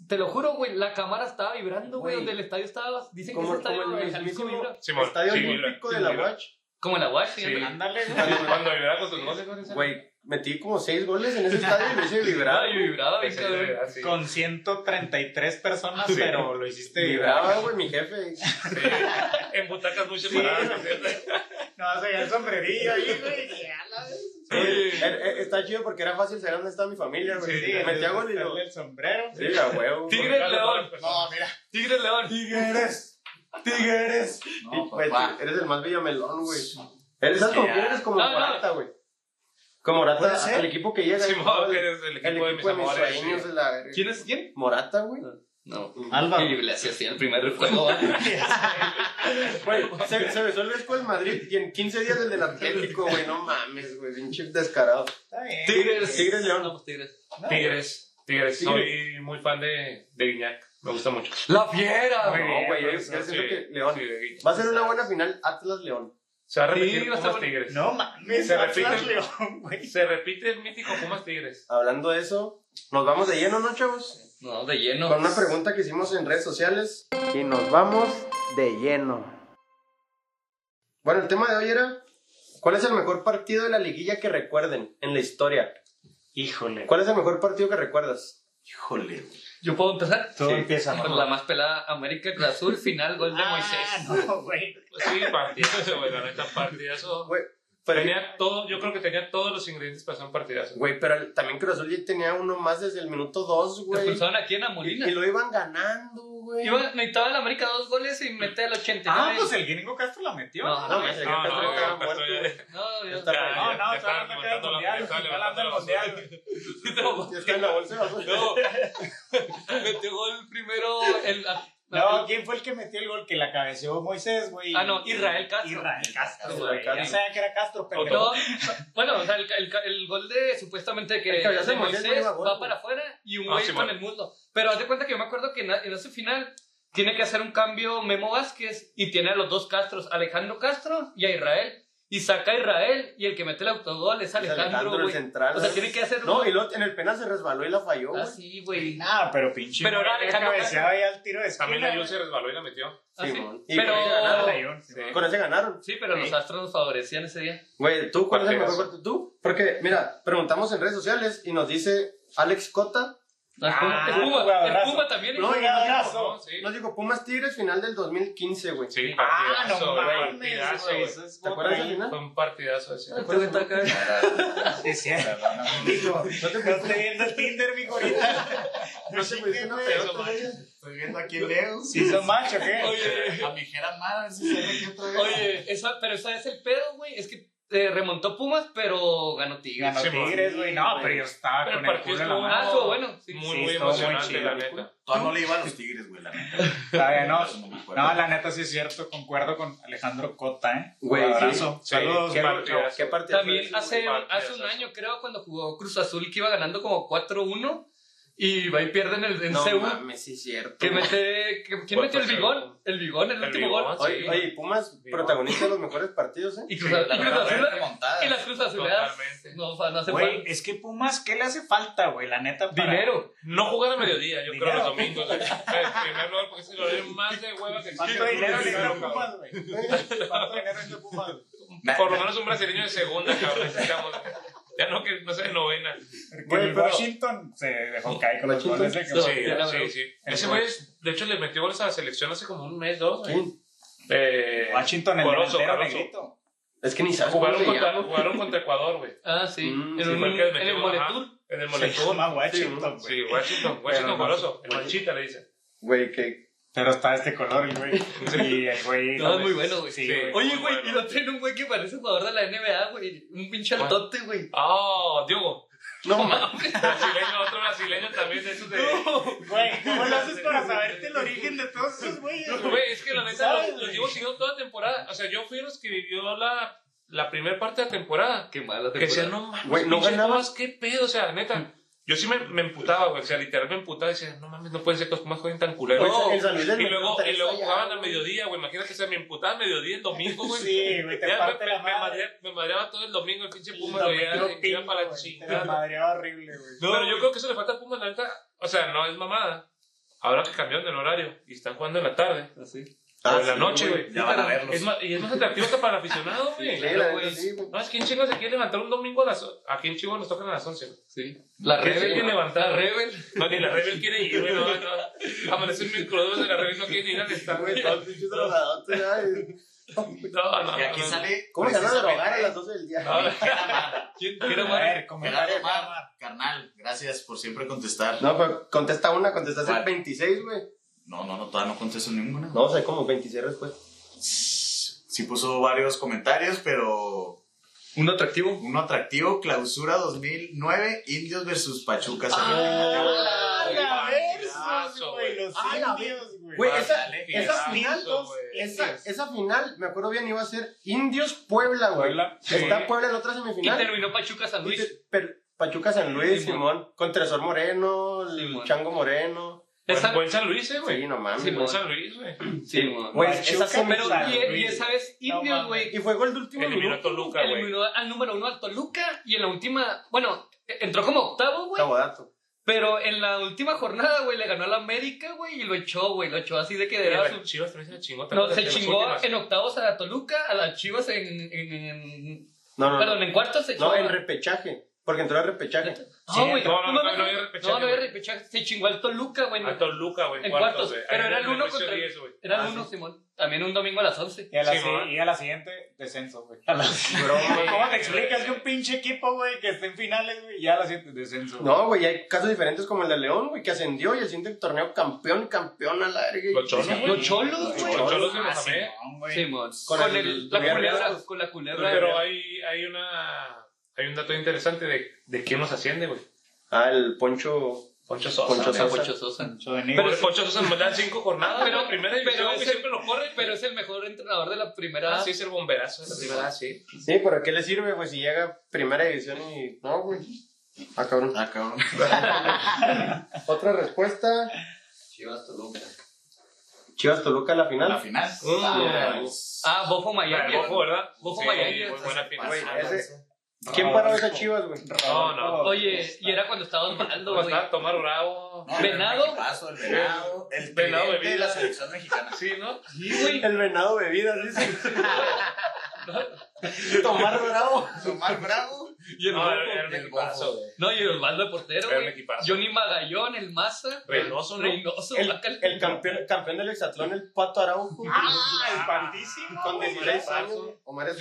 S2: te lo juro, güey, la cámara estaba vibrando, güey.
S5: Güey.
S2: Donde el estadio estaba. Dicen que
S5: Como-
S2: ese estadio
S5: como el
S2: de Jalisco
S5: mismísimo-
S2: vibra.
S8: Simón,
S5: Estadio
S8: sí,
S5: Olímpico
S8: vibra,
S5: de la
S8: sí, vibra.
S5: Watch.
S2: Como en la Watch,
S8: Sí.
S6: Ándale, güey.
S8: Cuando, cuando vibra con tus goles, güey.
S5: Güey, metí como seis goles en ese estadio y lo hice vibrar.
S2: Vibraba y Ah, vibraba, bien
S8: Sí,
S2: cabrón.
S8: sí.
S6: Con 133 personas, pero lo hiciste vibrar.
S5: Vibraba, güey, mi jefe.
S8: Sí. En butacas muy
S6: Sí.
S8: separadas. ¿sí?
S6: No, o sea, ya el sombrerillo ahí, güey.
S5: Eh, eh, Está chido porque era fácil saber dónde estaba mi familia, güey.
S8: Sí,
S5: metí a gol y lo.
S6: El sombrero.
S5: Sí, a huevo.
S2: Tigres,
S8: Con cada
S2: León.
S8: todas las personas.
S2: Tigres León.
S7: Tigres. Tigres.
S5: Y,
S7: No,
S5: güey,
S7: pues va.
S5: eres el más villamelón, güey. Eres ¿sabes con
S7: Sí,
S5: quién
S7: ya.
S5: eres como
S2: No, no.
S5: Morata, güey. Como
S7: Puede
S5: Morata,
S7: ser.
S5: el equipo que llega.
S8: Simón,
S5: el-
S8: que eres el
S5: El
S8: equipo de mis amores.
S5: sueños
S8: sí.
S5: de la verga.
S2: ¿Quién es quién?
S5: Morata, güey.
S2: No.
S5: Ah,
S6: Álvaro.
S2: Y le hacía así el primer juego. ¿eh?
S5: Güey, se, se besó el Vesco del Madrid y en 15 días el del Atlético, güey. No mames, güey. Pinche descarado.
S6: Está bien.
S2: Tigres.
S5: Tigres, León.
S2: No, pues Tigres.
S6: No,
S8: Tigres. Tigres. Soy muy fan de, de Guiñac. Me gusta mucho.
S2: La fiera.
S8: Muy
S5: Ah, no,
S8: bien,
S5: güey, yo- yo
S8: profesor,
S5: siento
S8: sí,
S5: que León-
S8: sí, de Guiñac.
S5: Va a ser una buena final Atlas-León.
S8: Se va a repetir
S2: Sí, va a
S8: Pumas
S2: ser-
S8: Tigres.
S6: No mames,
S8: Se
S6: Atlas
S8: repite.
S6: León, güey.
S8: Se repite el mítico Pumas Tigres.
S5: Hablando de eso, nos vamos de lleno, ¿no, chavos?
S2: No, de lleno.
S5: Con una pregunta que hicimos en redes sociales.
S1: Y nos vamos de lleno.
S5: Bueno, el tema de hoy era ¿Cuál es el mejor partido de la liguilla que recuerden en la historia?
S6: Híjole.
S5: ¿Cuál es el mejor partido que recuerdas?
S7: Híjole, güey.
S2: ¿Yo puedo empezar?
S6: Todo empieza
S2: Por la más pelada América Cruz Azul, final, gol de
S5: Ah,
S2: Moisés.
S6: Ah, no, güey.
S8: Sí, partidazo, güey, la neta, partidazo.
S5: Güey, pero,
S8: Tenía todo, yo creo que tenía todos los ingredientes para hacer un partidazo.
S5: güey, pero el- también Cruz Azul ya tenía uno más desde el minuto 2, güey.
S2: Expulsaron aquí en la
S5: Y,
S2: Molina.
S5: y lo iban ganando, güey.
S2: Iba- necesitaba el América dos goles y mete al 89.
S6: Ah, pues el gringo Castro la metió.
S2: No,
S5: No, me que
S8: No, no,
S5: Castro estaba
S8: Castro
S5: muerto,
S8: ya-
S5: güey.
S2: No, yo-
S5: eh. Está
S8: Ya,
S5: bien.
S8: ya,
S6: No,
S8: ya
S6: no, se va a
S8: estaba
S6: sacar el
S8: levantando la-
S6: mundial,
S8: ya estaba
S6: se está hablando el
S8: levantando la-
S6: mundial.
S5: Ya está en la bolsa de basura.
S2: metió gol primero el...
S6: No, ¿quién fue el que metió el gol que la cabeceó Moisés, güey?
S2: Ah, no, Israel Castro.
S6: Israel Castro,
S2: Israel
S6: güey. Ya
S2: Castro.
S6: sabía que era Castro, pero...
S2: No, bueno, o sea, el, el- el gol de supuestamente que
S5: El que había
S2: de
S5: sido Moisés, no
S2: Moisés
S5: iba a gol,
S2: va
S5: güey.
S2: para afuera y un
S8: Ah,
S2: güey
S8: sí,
S2: con
S8: bueno.
S2: el muslo. Pero haz de cuenta que yo me acuerdo que en, en ese final tiene que hacer un cambio Memo Vázquez y tiene a los dos Castros, Alejandro Castro y a Israel. Y saca a Israel y el que mete el autogol es Alejandro,
S5: Alejandro, el
S2: güey.
S5: central.
S2: O sea, tiene que hacer un-
S5: No, y luego en el penal se resbaló y la falló, güey.
S2: Ah, sí, güey.
S6: Nada, pero pinche.
S2: Pero era
S6: que
S2: Alejandro
S6: cabeceaba ahí al tiro de esquina.
S8: También la Jun se resbaló y la metió.
S2: Ah, sí.
S5: Simón. Y pues,
S2: Pero...
S5: con ese
S6: Ah,
S5: ganaron.
S6: la Jun, sí.
S5: Con ese ganaron.
S2: Sí, pero los Astros nos favorecían ese día.
S5: Güey, ¿tú cuál es el mejor
S8: Partidazo.
S5: partido? ¿Tú? Porque, mira, preguntamos en redes sociales y nos dice Alex Cota.
S2: No, es
S6: Ah,
S2: Puma, es Puma,
S6: jugadorazo.
S2: es Puma también.
S5: No,
S2: hizo-
S5: y-
S8: No, sí.
S5: Nos dijo Pumas Tigres final del 2015, güey.
S8: Sí,
S6: Ah,
S8: partidazo,
S6: no
S8: güey,
S6: mames,
S8: partidazo,
S6: güey.
S8: güey.
S6: eso es
S5: ¿Te acuerdas del
S6: güey.
S5: final?
S8: Fue un partidazo ese.
S2: Este güey está acá.
S6: Sí, sí. Digo, No estoy viendo Tinder, mijo, ahorita.
S5: No se pusiste una pelota, güey.
S7: Estoy viendo aquí Leo.
S6: Si son macho, ¿qué?
S2: Oye,
S7: A mi Jera Mara, a ver si sale aquí otra vez.
S2: Oye, esa, pero esa es el pedo, güey. Es que eh, remontó Pumas, pero ganó Tigres.
S6: Ganó
S8: Sí,
S6: Tigres, güey. No, pero yo estaba
S8: Pero
S6: con
S8: el
S6: el
S8: partido
S6: culo en la
S8: estuvo-
S2: Ah,
S6: mano.
S2: estuvo bueno. Sí.
S8: Muy,
S6: Sí,
S8: muy
S6: estuvo muy
S8: emocionante,
S6: chido,
S8: la
S6: güey.
S8: neta.
S7: Todavía no le iba a los Tigres, güey, la neta.
S6: Todavía no.
S7: Eso me acuerdo.
S6: No, la neta sí es cierto. Concuerdo con Alejandro Cota, ¿eh?
S5: Güey,
S6: Abrazo.
S8: sí.
S6: Saludos,
S8: Qué
S6: Mar-
S8: partidazo.
S5: ¿Qué partido?
S2: También hace,
S8: partidazo.
S2: hace un año, creo, cuando jugó Cruz Azul, que iba ganando como 4-1 y va y pierden el en
S5: No
S2: CU.
S5: mames, sí es cierto.
S2: Que mete, que- ¿Quién metió
S8: Cuatro
S2: el
S8: cero.
S2: bigón? El bigón, el,
S8: El
S2: último
S8: Bigón,
S2: gol.
S8: sí.
S5: Oye, oye, Pumas protagonista de los mejores partidos, ¿eh?
S2: Y Cruz, y
S7: La
S2: Cruz
S7: verdad,
S2: Azul.
S7: remontada.
S2: Y las Cruz Azuleadas.
S8: Totalmente.
S2: No, o sea, no hace
S6: Güey,
S2: falta.
S6: es que Pumas, ¿qué le hace falta, güey? La neta, para-
S2: Dinero.
S8: No jugar a mediodía, yo creo
S6: Dinero.
S8: los domingos. güey. En primer lugar, porque es el horario más de hueva que
S6: ¿Cuánto dinero le entró
S8: cabrón.
S6: Pumas, güey? ¿Cuánto dinero entró Pumas?
S7: Na-
S8: Por lo menos un brasileño de segunda, cabrón. necesitamos. Ya no que no sea de novena.
S6: Porque
S5: Güey,
S6: el
S5: pero-
S6: Washington se dejó caer con los
S5: Washington-
S6: goles de que
S2: No,
S8: Sí,
S2: ya la
S8: sí,
S2: veo.
S8: sí. Ese güey, es- de hecho, le metió goles a la selección hace como un mes, dos. güey.
S5: ¿Quién?
S8: Eh,
S6: Uh, Washington, el
S8: Corozo,
S6: delantero
S8: Corozo.
S6: negrito.
S5: Es que ni sabes cómo
S8: Jugaron
S5: se
S8: contra,
S5: llama.
S8: jugaron contra Ecuador, güey.
S2: Ah, sí.
S5: Mm,
S2: en,
S8: Sí,
S2: un-
S8: fue el que le
S2: en
S8: metió,
S2: el
S8: ajá,
S2: Moletur.
S8: En el
S6: Se
S8: Moletur.
S6: llama Washington, güey.
S8: Sí, Washington. Washington
S6: no.
S8: Corozo. El manchita le dicen.
S5: Güey, que...
S6: Pero está de este color, el güey. Y el güey.
S2: No, es muy bueno, güey.
S6: Sí,
S8: Sí.
S6: güey.
S2: Oye, güey,
S8: Bueno.
S2: y lo tiene un güey que parece jugador de la NBA, güey. Un pinche
S8: ¿Cuál?
S2: altote, güey.
S8: Ah, Diogo.
S5: No mames.
S8: Brasileño, otro brasileño también de esos de.
S6: Güey, ¿cómo lo haces para saberte el origen de todos esos güeyes? güey?
S8: Güey, es que la neta
S6: ¿Sabes,
S8: los, los
S6: güey?
S8: Diego siguió toda temporada. O sea, yo fui los que vivió la, la primera parte de la temporada.
S2: Qué mala
S8: Que decía,
S2: temporada.
S8: no mames,
S5: Güey, no
S8: pinches
S5: ganabas.
S8: Pumas, qué pedo, o sea, neta. Yo sí me, me emputaba, güey. O sea, literal me emputaba y decía, no mames, no pueden ser que los Pumas jueguen tan culeros.
S5: Güey, el San Luis del
S8: y luego,
S5: Monterrey
S8: y luego
S5: está allá,
S8: jugaban al
S5: güey.
S8: mediodía, güey. Imagínate que se me emputaba al mediodía el domingo, güey.
S6: Sí, güey, te
S8: Ya,
S6: parte
S8: me,
S6: la
S8: me
S6: madre.
S8: madrea- me madreaba todo el domingo el pinche Puma,
S6: Lo
S8: güey, ya-
S6: metió
S8: ya
S6: pingo,
S8: para la
S6: güey,
S8: chingada.
S6: Te la madreaba horrible, güey.
S8: No, pero yo creo que eso le falta a Pumas, la neta. O sea, no es mamada. Ahora que cambiaron el horario y están jugando en la tarde
S2: Así.
S8: o
S5: Ah,
S8: en la
S5: sí,
S8: noche,
S5: güey.
S8: güey.
S7: Ya van a verlos.
S8: Es más, y es más atractivo hasta para el aficionado, güey.
S5: Sí,
S8: Claro,
S5: la neta,
S8: güey.
S5: sí, güey.
S8: No, es que en chingo se quiere levantar un domingo a las. o- Aquí en Chihuahua nos tocan a las 11. güey.
S2: Sí. La
S8: ¿Qué se
S2: Rebel.
S8: quiere levantar?
S2: La Rebel.
S8: No, ni la Rebel quiere ir, güey. No, no. Amanecer un microdobes de la Rebel no quiere ir al stand.
S5: Güey, todos pinches drogadotes, ay.
S8: No, no.
S7: Y aquí
S8: no,
S7: sale.
S5: ¿Cómo
S2: Pues
S5: se van a drogar a
S7: precisamente-
S5: las 12 del día?
S8: No, no.
S2: ¿Quién
S6: A
S2: quiere más?
S6: ver, como
S7: Gerardo Mar, carnal, gracias por siempre contestar.
S5: No, pero contesta una, contestaste
S7: ¿Cuál?
S5: 26, güey.
S7: No, no, no, todavía no contesto ninguna.
S5: No, o sea, como 26 respuestas.
S7: Sí puso varios comentarios, pero
S2: Un atractivo.
S7: uno atractivo, clausura 2009, Indios versus Pachuca.
S6: ¡Ah, la versus,
S8: Versus,
S6: güey!
S8: güey.
S6: Los
S5: Ah, la
S6: indios, güey.
S5: Güey, esa-
S7: Dale,
S5: esa final,
S8: Finalazo,
S6: dos-
S8: güey.
S5: Esa,
S6: Indios.
S5: esa final, me acuerdo bien, iba a ser Indios-Puebla, güey.
S6: Puebla.
S5: Está Puebla en la otra
S2: Y
S8: ¿Ah?
S5: semifinal.
S2: terminó Pachuca San
S5: Y
S2: Luis.
S5: te- per- Pachuca San Luis,
S2: Simón.
S5: Simón. Con Tresor Moreno, el
S2: Simón.
S5: Chango Moreno.
S2: Esa-
S8: Buen- Buen San Luis, eh, güey.
S5: Sí, no mames.
S8: Buen
S2: Simón.
S8: San Luis, güey.
S2: Sí, güey.
S5: Güey,
S6: Pachuca
S5: esa semi-
S2: Pero,
S6: San
S2: y, y
S6: Luis.
S2: esa vez,
S6: No
S2: Indios,
S6: mames.
S2: güey,
S5: y fue gol de último
S8: Eliminó a
S5: minuto.
S8: Toluca, güey.
S2: eliminó al número uno al Toluca y en la última, bueno, e- entró como octavo, güey.
S5: Octavo dato.
S2: Pero en la última jornada, güey, le ganó al América, güey, y lo echó, güey, lo echó así de que era su
S8: Las Chivas también se la chingó.
S2: No,
S8: también
S2: se
S8: en las
S2: chingó
S8: últimas.
S2: en octavos a la Toluca, a las Chivas en, en, en-
S5: No, no,
S2: Perdón,
S5: no.
S2: en cuartos se echó.
S5: No, en repechaje. Porque entró al repechaje.
S2: No, güey.
S8: No, no, no,
S2: mames.
S8: no había repechaje,
S2: No, no había
S8: güey.
S2: repechaje. Se chingó al Toluca, güey.
S8: A Toluca, güey.
S2: En
S8: En
S2: cuartos,
S8: cuartos, güey.
S2: pero
S8: Ahí
S2: era el uno
S8: negocio
S2: contra-
S8: 10, güey.
S2: Era el uno, Simón. También un domingo a las 11.
S6: Y a, la,
S8: Sí,
S6: si-
S8: ¿no?
S6: y a la siguiente, descenso, güey.
S5: Bro, güey.
S6: ¿Cómo te explicas que un pinche equipo, güey, que esté en finales, güey, y a la siguiente, descenso? güey?
S5: No, güey, hay casos diferentes como el de León, güey, que ascendió y el siguiente torneo campeón, campeón a la verga.
S8: Los cholos, güey.
S2: Los cholos, güey.
S8: Los cholos de
S6: Ah,
S8: Mohamed.
S6: Simón, güey.
S2: Simón.
S5: Con
S2: Con
S5: el-
S2: el- la
S5: Villarreal.
S2: culebra. Con la culebra.
S8: Pero hay, hay una. Hay un dato interesante de, de quién nos asciende, güey.
S5: Ah, el Poncho.
S8: Poncho Sosa.
S5: Poncho
S8: güey.
S5: Sosa.
S2: Poncho Sosa.
S6: Mucho de Nick.
S8: Pero Poncho Sosa nos da cinco jornadas,
S2: Pero-
S8: Ah, pero en primera
S2: pero
S8: división,
S2: ese-
S8: güey, siempre lo corre.
S2: Pero es el mejor entrenador de la primera.
S8: Ah, sí, es el bomberazo. de la primera, sí.
S5: Sí, pero ¿a qué le sirve, güey, si llega primera división y. No, güey. Ah, cabrón.
S7: Ah, cabrón.
S5: Otra respuesta.
S1: Chivas Toluca.
S5: Chivas Toluca a la final.
S7: La final.
S8: Mm.
S7: Ah, es-
S2: Ah, Bofo
S8: Pero
S2: Miami.
S8: el Bofo, ¿verdad?
S2: Bofo
S8: Sí,
S2: Miami.
S8: muy buena final.
S5: Güey,
S7: Ah,
S5: ese- ¿Quién paró a esas chivas, güey?
S8: No, no.
S2: Oye, y era cuando estaba Osvaldo,
S8: ¿Cómo
S2: güey.
S8: está? Tomar Bravo.
S7: No, el
S2: Venado.
S7: equipazo, El venado. El
S8: Venado
S7: venado de
S8: bebida.
S7: la selección mexicana.
S8: Sí, ¿no?
S5: El venado bebidas, dice.
S7: Tomar bravo. Tomar bravo.
S2: Y el
S8: No,
S2: Bofo.
S8: era era un
S7: el
S8: equipazo,
S7: Bofo.
S8: güey.
S2: No, y Osvaldo de portero,
S8: Era un
S2: güey.
S8: equipazo.
S2: Johnny Magallón, el Maza.
S8: Reynoso, ¿no?
S2: Reynoso,
S5: El,
S2: Bacal-
S5: el campeón, el campeón del hexatlón, el Pato Araujo.
S8: Ah.
S6: el pantísimo.
S5: con
S6: güey.
S5: 16 años. Omar es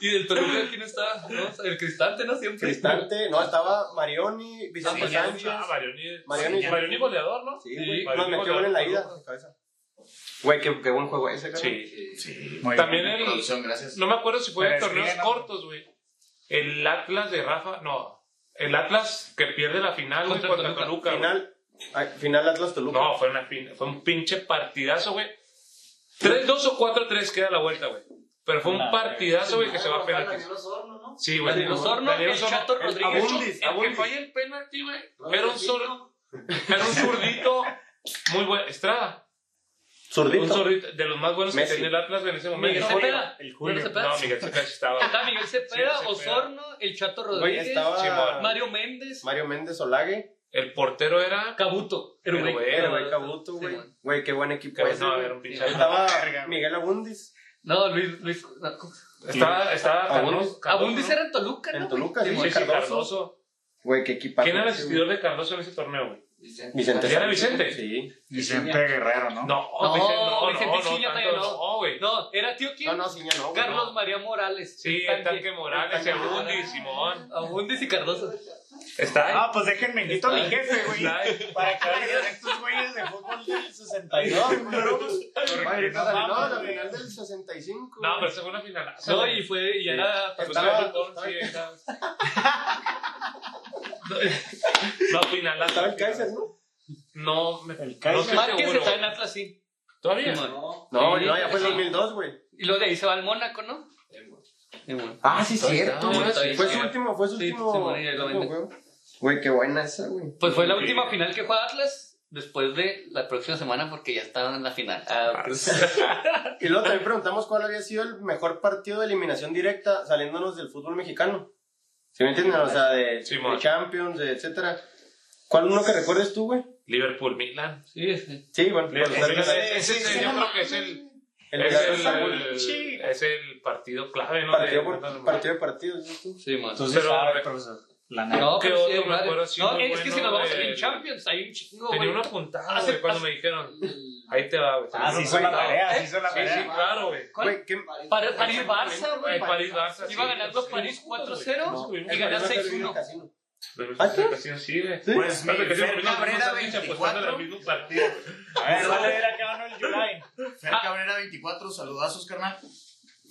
S2: Y del Toluca, ¿quién está? No, El Cristante, ¿no? Siempre.
S5: Cristante. No, estaba Marioni, Vicente
S8: Marioni,
S5: Sánchez.
S8: ah, Marioni.
S5: Marioni.
S8: Sí, Marioni goleador, ¿no?
S5: Sí, güey. Nos
S8: Marioni
S5: metió gol
S8: goleador.
S5: en la ida. de cabeza. Güey, qué, qué buen juego ese, cara.
S8: Sí.
S7: Sí.
S6: Muy
S8: También
S6: bien.
S8: el-
S7: Producción, gracias.
S8: No me acuerdo si fue en
S6: Pero es
S8: torneos
S6: que no-
S8: cortos, güey. El Atlas de Rafa, no. El Atlas que pierde la final güey,
S2: Contra
S8: contra
S2: Toluca.
S8: Toluca. güey.
S5: Final, ay, final Atlas Toluca.
S8: No, fue, una fin- fue un pinche partidazo, güey. 3-2 o 4-3 queda la vuelta, güey. Pero fue un
S6: No,
S8: partidazo, güey, que se va a penaltis.
S1: Osorno, ¿no?
S8: Sí, güey.
S2: Daniel Osorno,
S8: Daniel
S2: el Chato
S8: el
S2: Rodríguez.
S8: Abundis, El que
S5: Abundis.
S8: falla el penalti, güey. Era un zurdo. Era un zurdito. Muy bueno. Estrada. Un
S5: Zurdito.
S8: zurdito. De los más buenos
S5: Messi.
S8: que tenía el Atlas en ese
S2: Miguel
S8: momento.
S2: Cepeda.
S6: El Julio.
S2: Miguel Cepeda.
S8: No, Miguel Cepeda sí estaba.
S2: Está Miguel Cepeda,
S8: Sí, Cepeda.
S2: Osorno, el Chato
S5: Güey,
S2: Rodríguez,
S5: estaba
S8: Simón.
S2: Mario Méndez,
S5: Mario Méndez Olague.
S8: El portero era.
S2: Cabuto.
S8: Pero, güey,
S5: Era
S2: Pero,
S5: güey Cabuto,
S2: sí,
S5: güey.
S2: güey.
S5: Güey, qué buen equipo
S8: Cabrón,
S5: ese,
S8: no,
S5: güey.
S8: era un pinche-
S5: Ahí Estaba
S6: Verga, güey.
S5: Miguel Abundis
S2: No, Luis, Luis. no, ¿cómo?
S8: Estaba. estaba
S5: Abundis.
S8: Cardoso, Cardoso,
S2: Abundis
S8: ¿no?
S2: era en Toluca, ¿no?
S5: en
S2: güey?
S5: Toluca. Sí,
S8: Sí, sí,
S5: Cardoso.
S8: Cardoso.
S5: Güey, qué equipo.
S8: ¿Quién era el asistidor de Cardoso en ese torneo, güey?
S5: Vicente.
S8: ¿Ya era
S5: Sánchez.
S8: Vicente?
S5: Sí.
S6: Vicente Guerrero, ¿no?
S8: No,
S2: No,
S8: Vicente, no,
S2: Vicente
S8: no, no,
S2: Ciña
S8: tanto
S2: todavía no.
S8: no, güey.
S2: No, era tío quién?
S5: No, no, sí, ya no. güey,
S2: Carlos
S5: no.
S2: María Morales.
S8: Sí, el tanque Morales,
S2: El tanque
S8: Segundi,
S2: Morales.
S8: Simón.
S2: Abundis y Cardoso.
S8: Está ahí.
S6: Ah, pues déjenme quito a mi jefe,
S8: Está
S6: güey.
S8: ahí.
S6: Para que vean estos güeyes de fútbol del 62, güey.
S5: Güey, no,
S6: No,
S5: no, la
S6: güey.
S5: final del 65.
S8: No, pero
S5: güey.
S8: esa fue una finalaza.
S2: No,
S8: güey.
S2: y fue, y era.
S8: Pues
S5: estaba-
S8: era fútbol, sí, era- No, finalaza.
S5: Estaba el Kaiser, ¿no?
S8: No, me
S6: El
S8: no
S6: Kaiser.
S8: estoy
S2: Márquez
S8: seguro.
S2: está en Atlas, sí.
S8: ¿Todavía?
S2: Simón.
S5: No,
S2: Sí,
S5: no, ya fue el
S2: sí.
S5: 2002, güey.
S2: Y luego de ahí se va al Mónaco, ¿no? Sí, güey.
S5: Ah, sí, cierto,
S2: güey.
S5: Fue su último, fue su
S2: Sí,
S5: último.
S2: se moría, lo
S5: último
S2: vende.
S5: juego. Güey, qué buena esa, güey.
S2: Pues fue la
S8: Sí.
S2: última final que juega Atlas después de la próxima semana porque ya estaban en la final. Ah, pues.
S5: Y luego también preguntamos cuál había sido el mejor partido de eliminación directa saliéndonos del fútbol mexicano. ¿Sí me entienden? O sea, de,
S8: Simón.
S5: de Champions, de etcétera. ¿Cuál uno que recuerdes tú, güey?
S8: Liverpool, Milan.
S2: Sí, sí.
S5: Sí, bueno, pues,
S8: Liverpool,
S5: el,
S8: Milan.
S5: el,
S8: Ese, ese- yo creo que es el, es el- el- es el partido clave, ¿no?
S5: partido
S8: De-
S5: por partido de partido. ¿sí tú?
S2: Sí, man.
S6: Entonces,
S8: Pero-
S6: sabe, profesor. La neta.
S2: No, pero
S8: ¿Qué
S2: sí,
S8: otro me
S2: madre.
S8: acuerdo así
S2: No,
S8: muy
S2: es que si nos
S8: bueno
S2: vamos
S8: de-
S2: en Champions, hay un chingo, güey.
S8: Tenía una puntada,
S2: Hace-
S8: güey, cuando
S2: hace-
S8: me dijeron, ahí te va, güey.
S6: Ah, sí
S8: Tenía
S6: hizo
S8: una
S6: la
S8: puntada.
S6: tarea, sí hizo la
S8: Sí, sí,
S6: tarea.
S8: claro, güey.
S2: ¿Cuál?
S5: Güey, ¿qué-
S2: Par- París-Barça, güey.
S8: El París-Barça.
S2: Iba ganando París 4-0 y ganó 6-1.
S5: ¿Ah, sí?
S8: Sí, güey.
S5: Sí.
S7: Pues mi
S8: No, porque
S7: Fer
S8: tenemos
S7: Cabrera
S8: muchas pinches apostando en el
S7: 24.
S8: mismo partido.
S6: A ver, vale, era que ganó el July.
S7: Fer Cabrera 24. Saludazos, carnal.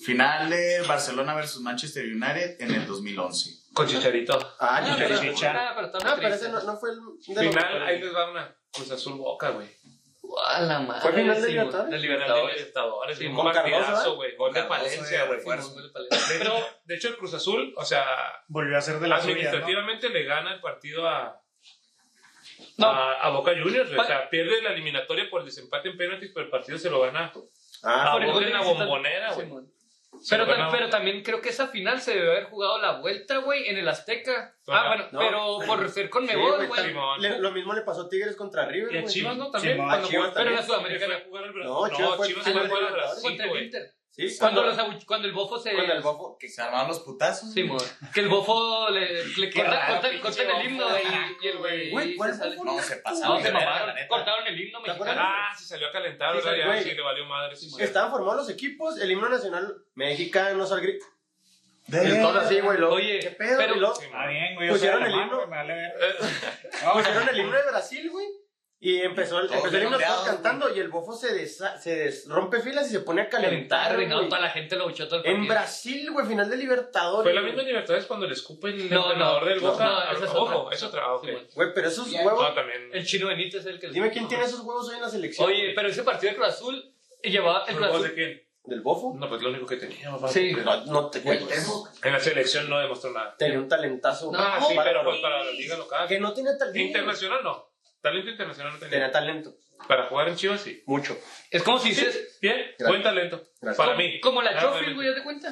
S7: Final de Barcelona versus Manchester United en el 2011.
S8: Con Chicharito.
S5: Ah,
S2: Ah,
S5: Chicharito.
S2: pero-
S6: Chichar.
S2: ah, pero
S5: Ah,
S2: estaba
S5: pero
S2: triste.
S5: ese no, no fue el de los
S8: Final, ahí
S5: mejores.
S8: les va una Cruz Azul Boca, güey.
S2: A la madre.
S5: ¿Fue final de
S2: sí,
S5: Libertadores?
S2: güey, De
S8: Final de
S2: Libertadores.
S8: Libertadores.
S2: Sí,
S8: un
S5: con Cardoso,
S8: partidazo, güey. Gol de
S7: Cardoso
S8: Valencia,
S7: de
S8: güey.
S7: refuerzo.
S8: De hecho, de hecho, el Cruz Azul, o sea,
S6: Volvió a ser de la suya, ¿no?
S8: administrativamente le gana el partido a,
S2: No.
S8: a, a Boca Juniors, güey. O
S2: Pa-
S8: sea, pierde la eliminatoria por el desempate en penaltis, pero el partido se lo gana.
S5: Ah,
S8: Ah,
S2: Por el
S8: Boca
S2: gol
S8: en la
S2: de visitante.
S8: bombonera, güey.
S2: Simón.
S8: Se
S2: Pero,
S8: lo
S2: tam-
S8: gana-
S2: pero también creo que esa final se debe haber jugado la vuelta, güey, en el Azteca. Ah,
S8: Ajá.
S2: bueno,
S5: No.
S2: pero por ser con
S5: sí,
S2: Mebol,
S5: güey,
S2: güey.
S8: Simón.
S5: le- lo mismo le pasó a Tigres contra River,
S8: Y a
S5: güey.
S8: Chivas, ¿no? También.
S6: Simón.
S8: cuando
S5: A Chivas
S8: jugó- pero
S5: también.
S8: la Sudamericana.
S5: No, Chivas fue-
S8: Chivas
S5: Chivas
S8: fue
S5: fue
S8: a
S5: contra
S8: Brasil,
S2: Contra el
S8: güey.
S2: Inter.
S5: Sí,
S2: Cuando, los abuch- cuando el bofo se.
S5: Con el bofo.
S7: Que se armaban los putazos.
S2: Sí, mo. Que el bofo le, le
S6: Qué
S2: corta,
S6: raro,
S2: corta-
S6: pinche
S2: cortan el himno
S6: bofo,
S2: y, y el güey.
S7: Güey, ¿cuál
S2: se sale.
S7: no, se pasaron
S2: No,
S7: de
S2: se
S7: verga,
S2: mamaron.
S7: la neta.
S2: Cortaron el himno
S5: ¿Te acuerdas?
S2: mexicano.
S8: Ah, se salió a calentar,
S5: Sí,
S8: ¿verdad?
S5: sí,
S8: Ya
S5: güey.
S8: sí, le valió madre. Sí, madre.
S5: Estaban formados los equipos, el himno nacional mexicano al grito.
S7: De-
S5: Entonces así, güey, luego,
S2: Oye,
S5: ¿qué pedo?
S2: pero-
S5: Y luego
S8: Sí, Eh,
S6: Está
S8: madre.
S6: Ah, bien, güey.
S5: Pusieron
S6: o sea,
S5: el
S6: la
S5: himno.
S6: mano, me vale verga. Vamos,
S5: pusieron el himno de Brasil, güey. Y empezó el,
S7: Todos
S5: empezó el himno
S7: redondeados,
S5: todos cantando y el bofo se, desa- se des- rompe filas y se pone a calentar,
S2: Calentar,
S5: güey.
S2: no, toda la gente lo buchó todo el
S5: En
S2: partido.
S5: Brasil, güey, final de Libertadores.
S8: Fue la misma
S5: güey.
S8: Libertadores cuando le escupen el
S2: eh. No,
S8: entrenador
S2: no,
S8: del
S2: no,
S8: Boca.
S2: no, esa es otra.
S8: Ojo, es otra. ah, ok.
S2: Sí, mo.
S5: Güey, pero esos
S8: No,
S5: huevos...
S8: también.
S2: El chino Benítez es el que.
S5: Dime quién tiene esos huevos hoy en la selección.
S2: Oye, pero ese partido de Cruz Azul llevaba el
S8: ¿Por
S2: Cruz
S8: voz de
S2: Azul.
S8: quién?
S5: ¿Del bofo?
S8: No, pues lo único que tenía. papá.
S2: Sí.
S5: No, no te
S7: Güey,
S5: cuentes.
S7: eso-
S8: En la selección no demostró nada.
S5: Tenía un talentazo.
S2: No,
S8: Ah, sí,
S5: para-
S8: pero pues para la liga local.
S5: Que no tenía talento.
S8: Internacional no. Talento internacional no
S5: Tenía
S8: tenía.
S5: talento.
S8: Para jugar en Chivas sí.
S5: Mucho.
S2: Es como si dices.
S8: Bien, buen talento.
S5: Gracias.
S8: Para mí. Ah,
S2: Como la Chofis,
S8: Claramente.
S2: güey, ¿haz de cuenta?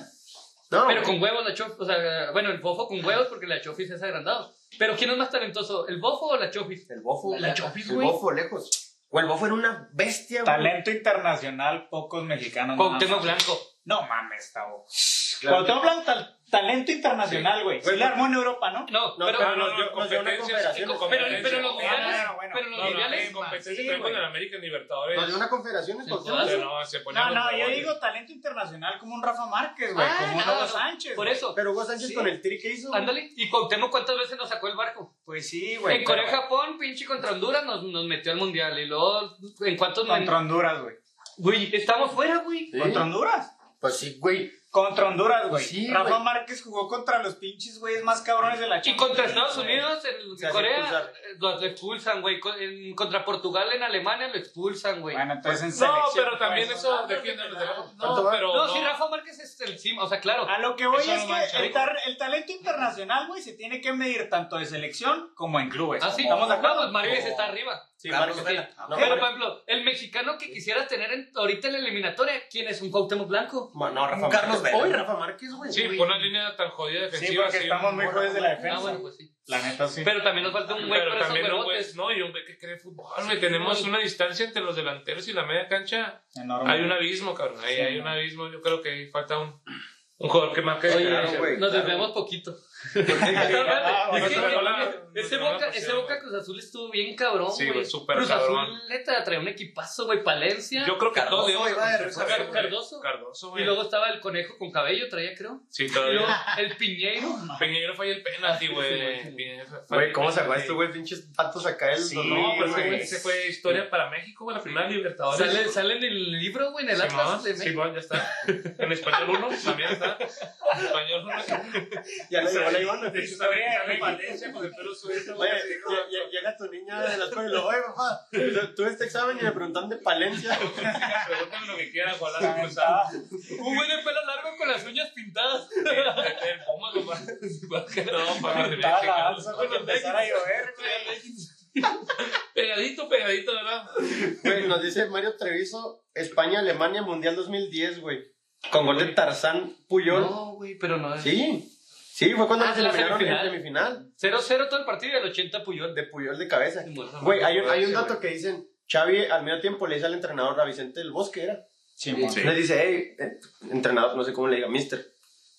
S5: No,
S2: Pero
S5: güey.
S2: con huevos, la Chofis. O sea, bueno, el bofo con huevos porque la Chofis es agrandado. Pero ¿quién es más talentoso, el bofo o la Chofis?
S5: El bofo.
S2: La Chofis,
S5: El
S2: güey.
S5: bofo, lejos. O el bofo era una bestia, güey.
S6: Talento internacional, pocos mexicanos. nada
S2: Cuauhtémoc
S6: más.
S2: Blanco.
S6: No mames,
S5: Claro.
S6: Tavo.
S5: pues,
S6: Cuauhtémoc Blanco, tal- talento internacional, güey. Sí,
S5: Güey,
S6: le armó en Europa, ¿no?
S2: No,
S5: No,
S2: pero,
S5: pero no,
S8: no,
S5: yo- nos dio una
S8: competencias,
S5: confederación.
S8: con
S2: pero,
S8: competencias.
S2: pero los mundiales,
S6: bueno, bueno.
S2: pero los
S8: Ah, No, no,
S2: mundiales,
S8: en competencia
S6: sí,
S8: traen con
S6: güey.
S8: el América en Libertadores.
S5: Nos dio una confederación en
S2: Sí,
S5: Cuauhtémoc.
S8: Pero no, se
S5: pues,
S8: ponían
S6: No,
S8: los
S6: no, yo
S8: huevones.
S6: digo talento internacional como un Rafa Márquez, güey.
S2: Ah,
S6: como un
S2: no,
S6: Hugo
S2: no.
S6: Sánchez.
S2: por
S6: güey.
S2: eso,
S5: Pero Hugo Sánchez
S6: Sí.
S5: con el tri que hizo. güey.
S2: ándale, y Cuauhtémoc cuántas veces nos sacó el barco.
S6: Pues sí, güey.
S2: en
S6: pero-
S2: Corea, Japón, pinche contra Honduras nos, nos metió al mundial y luego en cuántos men-
S6: Contra Honduras, güey.
S2: güey, estamos fuera, güey.
S5: Sí.
S6: ¿Contra Honduras?
S5: Pues sí, güey.
S6: Contra Honduras, güey.
S5: Sí,
S6: Rafa
S5: güey.
S6: Márquez jugó contra los pinches güeyes más cabrones de la
S2: Y
S6: Champions
S2: contra
S6: League,
S2: Estados
S6: güey.
S2: Unidos, en
S5: Se hace
S2: Corea,
S5: expulsar.
S2: eh, los expulsan, güey. Con- en- Contra Portugal, en Alemania, lo expulsan, güey.
S6: Bueno, entonces en selección.
S8: No, pero también
S6: pues,
S8: eso defiende a los demás. No,
S5: ¿Cuánto va?
S8: pero.
S2: no,
S8: No,
S2: sí, Rafa Márquez es el sim, o sea, claro.
S6: A lo que voy
S8: Eso
S6: es
S8: no
S6: que
S8: mancha,
S6: el,
S8: güey.
S6: tar- el talento internacional, güey, se tiene que medir tanto de selección como en clubes.
S2: Así,
S6: ¿Estamos de acuerdo?
S2: No, pues Márquez está arriba.
S5: Sí,
S7: Carlos
S5: Marcos.
S7: Vela.
S5: No,
S2: Pero, por
S5: Mar-
S2: ejemplo, el mexicano que quisieras tener en- ahorita en la eliminatoria, ¿quién es un Cuauhtémoc Blanco?
S5: Ma- no, Rafa
S7: Un Carlos
S5: Márquez.
S7: Vela.
S5: Hoy Rafa Márquez, güey.
S8: Sí,
S5: Güey.
S8: por una línea tan jodida
S6: Sí,
S8: defensiva.
S6: porque
S8: sí,
S6: estamos muy
S8: un-
S6: jodidos de la
S2: Ah, bueno,
S6: defensa.
S2: pues sí.
S6: La neta, sí.
S2: Pero también nos falta un güey
S8: Pero
S2: para esos
S8: también un güey,
S2: huevotes.
S8: no, y un güey que cree fútbol, güey. Tenemos una distancia entre los delanteros y la media cancha.
S6: Enorme.
S8: Hay un abismo, cabrón. Ahí
S6: Sí,
S8: hay
S6: no.
S8: un abismo. Yo creo que ahí falta un, un jugador que marque.
S2: Oye,
S8: diferencia.
S5: güey,
S2: nos
S5: claro.
S2: desviamos poquito.
S6: Ah, bueno,
S2: Es que-
S8: pero la-
S2: Ese
S8: la- la
S2: Boca,
S8: pasión,
S2: ese Boca
S8: güey.
S2: Cruz Azul estuvo bien cabrón,
S8: Sí,
S2: güey.
S8: güey, súper
S2: Cruz
S8: cabrón.
S2: Azul neta traía un equipazo, güey, Palencia.
S8: Yo creo que
S7: Cardoso
S8: todos debemos
S7: iba de
S8: conocer
S2: refuerzo,
S8: esa-
S2: güey. Cardoso.
S8: Cardoso, güey.
S2: y luego estaba el conejo con cabello, traía creo.
S8: Sí,
S2: Y luego
S8: todavía.
S2: el Piñeiro.
S8: Peñero falló el penalti,
S2: Sí,
S8: güey.
S5: Güey, ¿cómo
S8: se
S5: sacó esto, güey? Pinches patos acá el
S6: Sí,
S5: dolor,
S8: No, pero
S5: pues,
S8: ese
S5: güey.
S8: güey- ese fue historia para México, güey. La primera Libertadores.
S2: Sale, sale en el libro, güey, en el
S8: Simón,
S2: Atlas de México.
S8: Simón, ya está. En español uno, también está. En español uno.
S5: Ya le llegó la Ivana.
S8: De hecho, también en Valencia con el pelo suelto.
S5: Oye, lle- lle- llega tu niña de la escuela y lo, oye, papá, tuve este examen y me preguntan de Palencia.
S8: Pregúntame lo que quieran, Juan la cruzada.
S6: Aventaba.
S2: Un güey de pelo largo con las uñas pintadas.
S8: El pomo nomás. No, para de
S6: Aventaba la
S8: México.
S6: alza para empezar a llover, güey.
S8: Pegadito, pegadito, ¿verdad?
S5: Güey, nos dice Mario Treviso, España, Alemania, Mundial 2010, güey. Con gol de Tarzán Puyol.
S2: No, güey, pero no. es-
S5: Sí. Sí, fue cuando
S2: Ah,
S5: nos
S2: de la
S5: eliminaron
S2: semifinal.
S5: en semifinal.
S2: 0-0 todo el partido y el 80 Puyol.
S5: De Puyol de cabeza.
S2: Sí, bueno,
S5: Güey, hay un, hay un
S2: sí,
S5: dato que dicen, Xavi al medio tiempo le dice al entrenador, a Vicente del Bosque era.
S6: Simón.
S7: Sí.
S5: Le dice, hey, eh, entrenador, no sé cómo le diga, mister.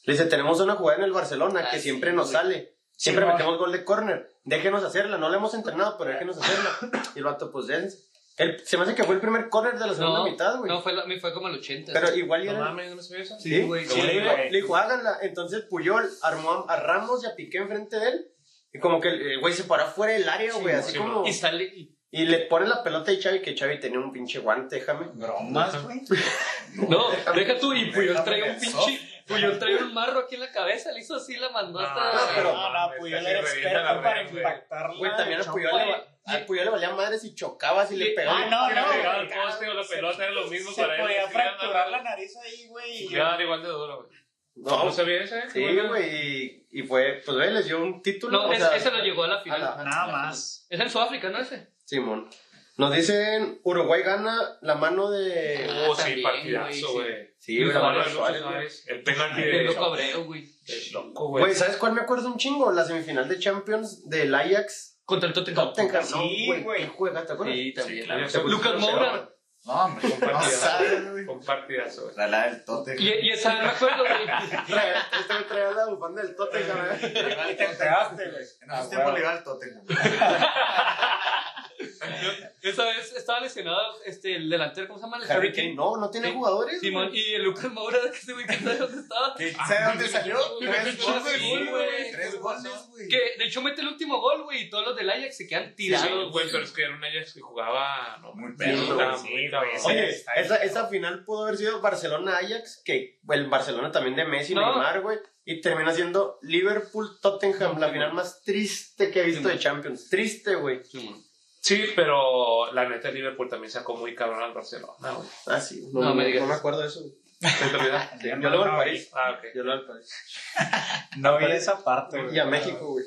S5: Le dice, tenemos una jugada en el Barcelona
S2: Ah,
S5: que
S2: sí,
S5: siempre nos
S2: güey.
S5: sale. Siempre
S6: Sí, no.
S5: metemos gol de córner. Déjenos hacerla. No la hemos entrenado, pero
S2: Ah.
S5: déjenos hacerla. Y el vato, pues, déjense. Él- se me hace que fue el primer córner de la segunda
S2: No,
S5: mitad, güey.
S2: no fue, la- fue como el 80.
S5: pero igual y
S8: No
S5: era...
S8: mames, no me sabía eso.
S5: Sí,
S2: güey,
S5: sí,
S6: sí,
S5: le, dijo,
S6: güey.
S5: le dijo, háganla. Entonces Puyol armó a, a Ramos y a Piqué enfrente de él. Y como que el el güey se paró fuera del área, güey, así
S8: sí,
S5: como...
S2: Y sale. y-
S5: Y le ponen la pelota y Xavi, que Xavi tenía un pinche guante, déjame.
S6: Bromas, güey.
S2: No, deja tú. Y Puyol
S7: Déjame
S2: trae un
S7: el
S2: pinche. Puyol trae un marro aquí en la cabeza. Le hizo así, la mandó
S8: Ah,
S2: hasta.
S8: pero-
S6: No, no, pues yo
S8: casi
S6: era
S8: revienta
S6: experto
S8: la
S6: para
S8: red, güey.
S6: impactarla.
S5: Güey, también a
S6: Chon-
S5: Puyol,
S2: Oye,
S5: le, va- a Puyol le valía madre si chocaba, si le
S2: Sí.
S5: pegaba.
S6: Ah, no,
S8: Si le
S6: no,
S8: pegaba al
S6: güey.
S8: poste o la pelota, era lo mismo
S6: Se
S8: para él,
S6: podía
S8: sí,
S6: fracturar
S8: nada.
S6: la nariz ahí, güey. y yo-
S8: Ya, igual de duro, güey.
S5: No,
S8: No sabía eso, ¿eh?
S5: Pues, sí, güey. Y, y fue, pues, güey, les dio un título.
S2: No,
S5: o
S2: es-
S5: sea,
S2: ese lo llegó a la
S5: a
S2: final.
S5: la-
S6: Nada más.
S2: Es en Sudáfrica, ¿no? Ese.
S5: Simón. Nos dicen, Uruguay gana la mano de...
S8: Oh,
S2: Ah,
S8: sí,
S2: también,
S8: partidazo,
S2: güey, sí.
S8: güey.
S5: Sí, güey, la
S8: Ahora
S5: mano de
S8: Lucho
S5: Suárez, güey.
S8: Suárez, El penalti
S2: El
S8: de...
S2: loco Abreu, güey.
S8: Es loco, güey.
S5: Güey, ¿sabes cuál me acuerdo un chingo? La semifinal de Champions del Ajax
S2: Contra el Tottenham.
S5: Tottenham.
S6: Sí,
S5: No,
S6: güey.
S5: ¿Qué juega? ¿Te acuerdas?
S2: Sí, también.
S8: claro.
S5: ¿Te acuerdas?
S2: Lucas Moura.
S7: No, hombre, no sabes, güey.
S8: Compartidazo. Compartidazo, güey.
S7: La la del tote.
S2: Y, y esa vez me acuerdo, güey.
S5: Trae- Este me traía la bufanda del Tottenham. ¿eh?
S7: Y te pegaste, güey. En ese tiempo le iba al tote.
S2: Yo- esa vez estaba lesionado este, el delantero, ¿cómo se llama? El
S5: Harry Kane, no, no tiene
S2: Sí.
S5: jugadores.
S2: Simón y el Lucas Moura, que ese güey que sabe dónde estaba.
S7: ¿Qué- ¿Sabe dónde salió?
S2: Sí,
S7: Tres goles,
S2: güey.
S7: güey. Tres goles, güey.
S2: Que de hecho mete el último gol, güey, y todos los del Ajax se quedan
S8: Sí,
S2: tirados, güey.
S8: güey, pero es que era un Ajax que jugaba. No,
S7: Muy
S8: Sí,
S7: perro,
S8: estaba
S7: güey.
S6: sí,
S8: muy
S6: güey,
S8: cabrón.
S6: ese-
S5: Oye, esa, esa final pudo haber sido Barcelona-Ajax, que el Barcelona también de Messi,
S2: No.
S5: Neymar, güey, y termina siendo Liverpool-Tottenham, la final más triste que he visto de Champions. Triste, güey.
S8: Sí, pero la neta Liverpool también sacó muy cabrón al Barcelona, güey.
S5: Ah, sí. No,
S2: No
S5: no,
S2: me digas
S5: no me
S2: eso.
S5: acuerdo de eso.
S8: ¿Se te olvidó?
S5: Sí, yo lo veo al
S6: no,
S5: París.
S8: Ah, ok.
S5: Yo lo veo al París.
S6: No vi esa parte, güey.
S5: Y a México, güey.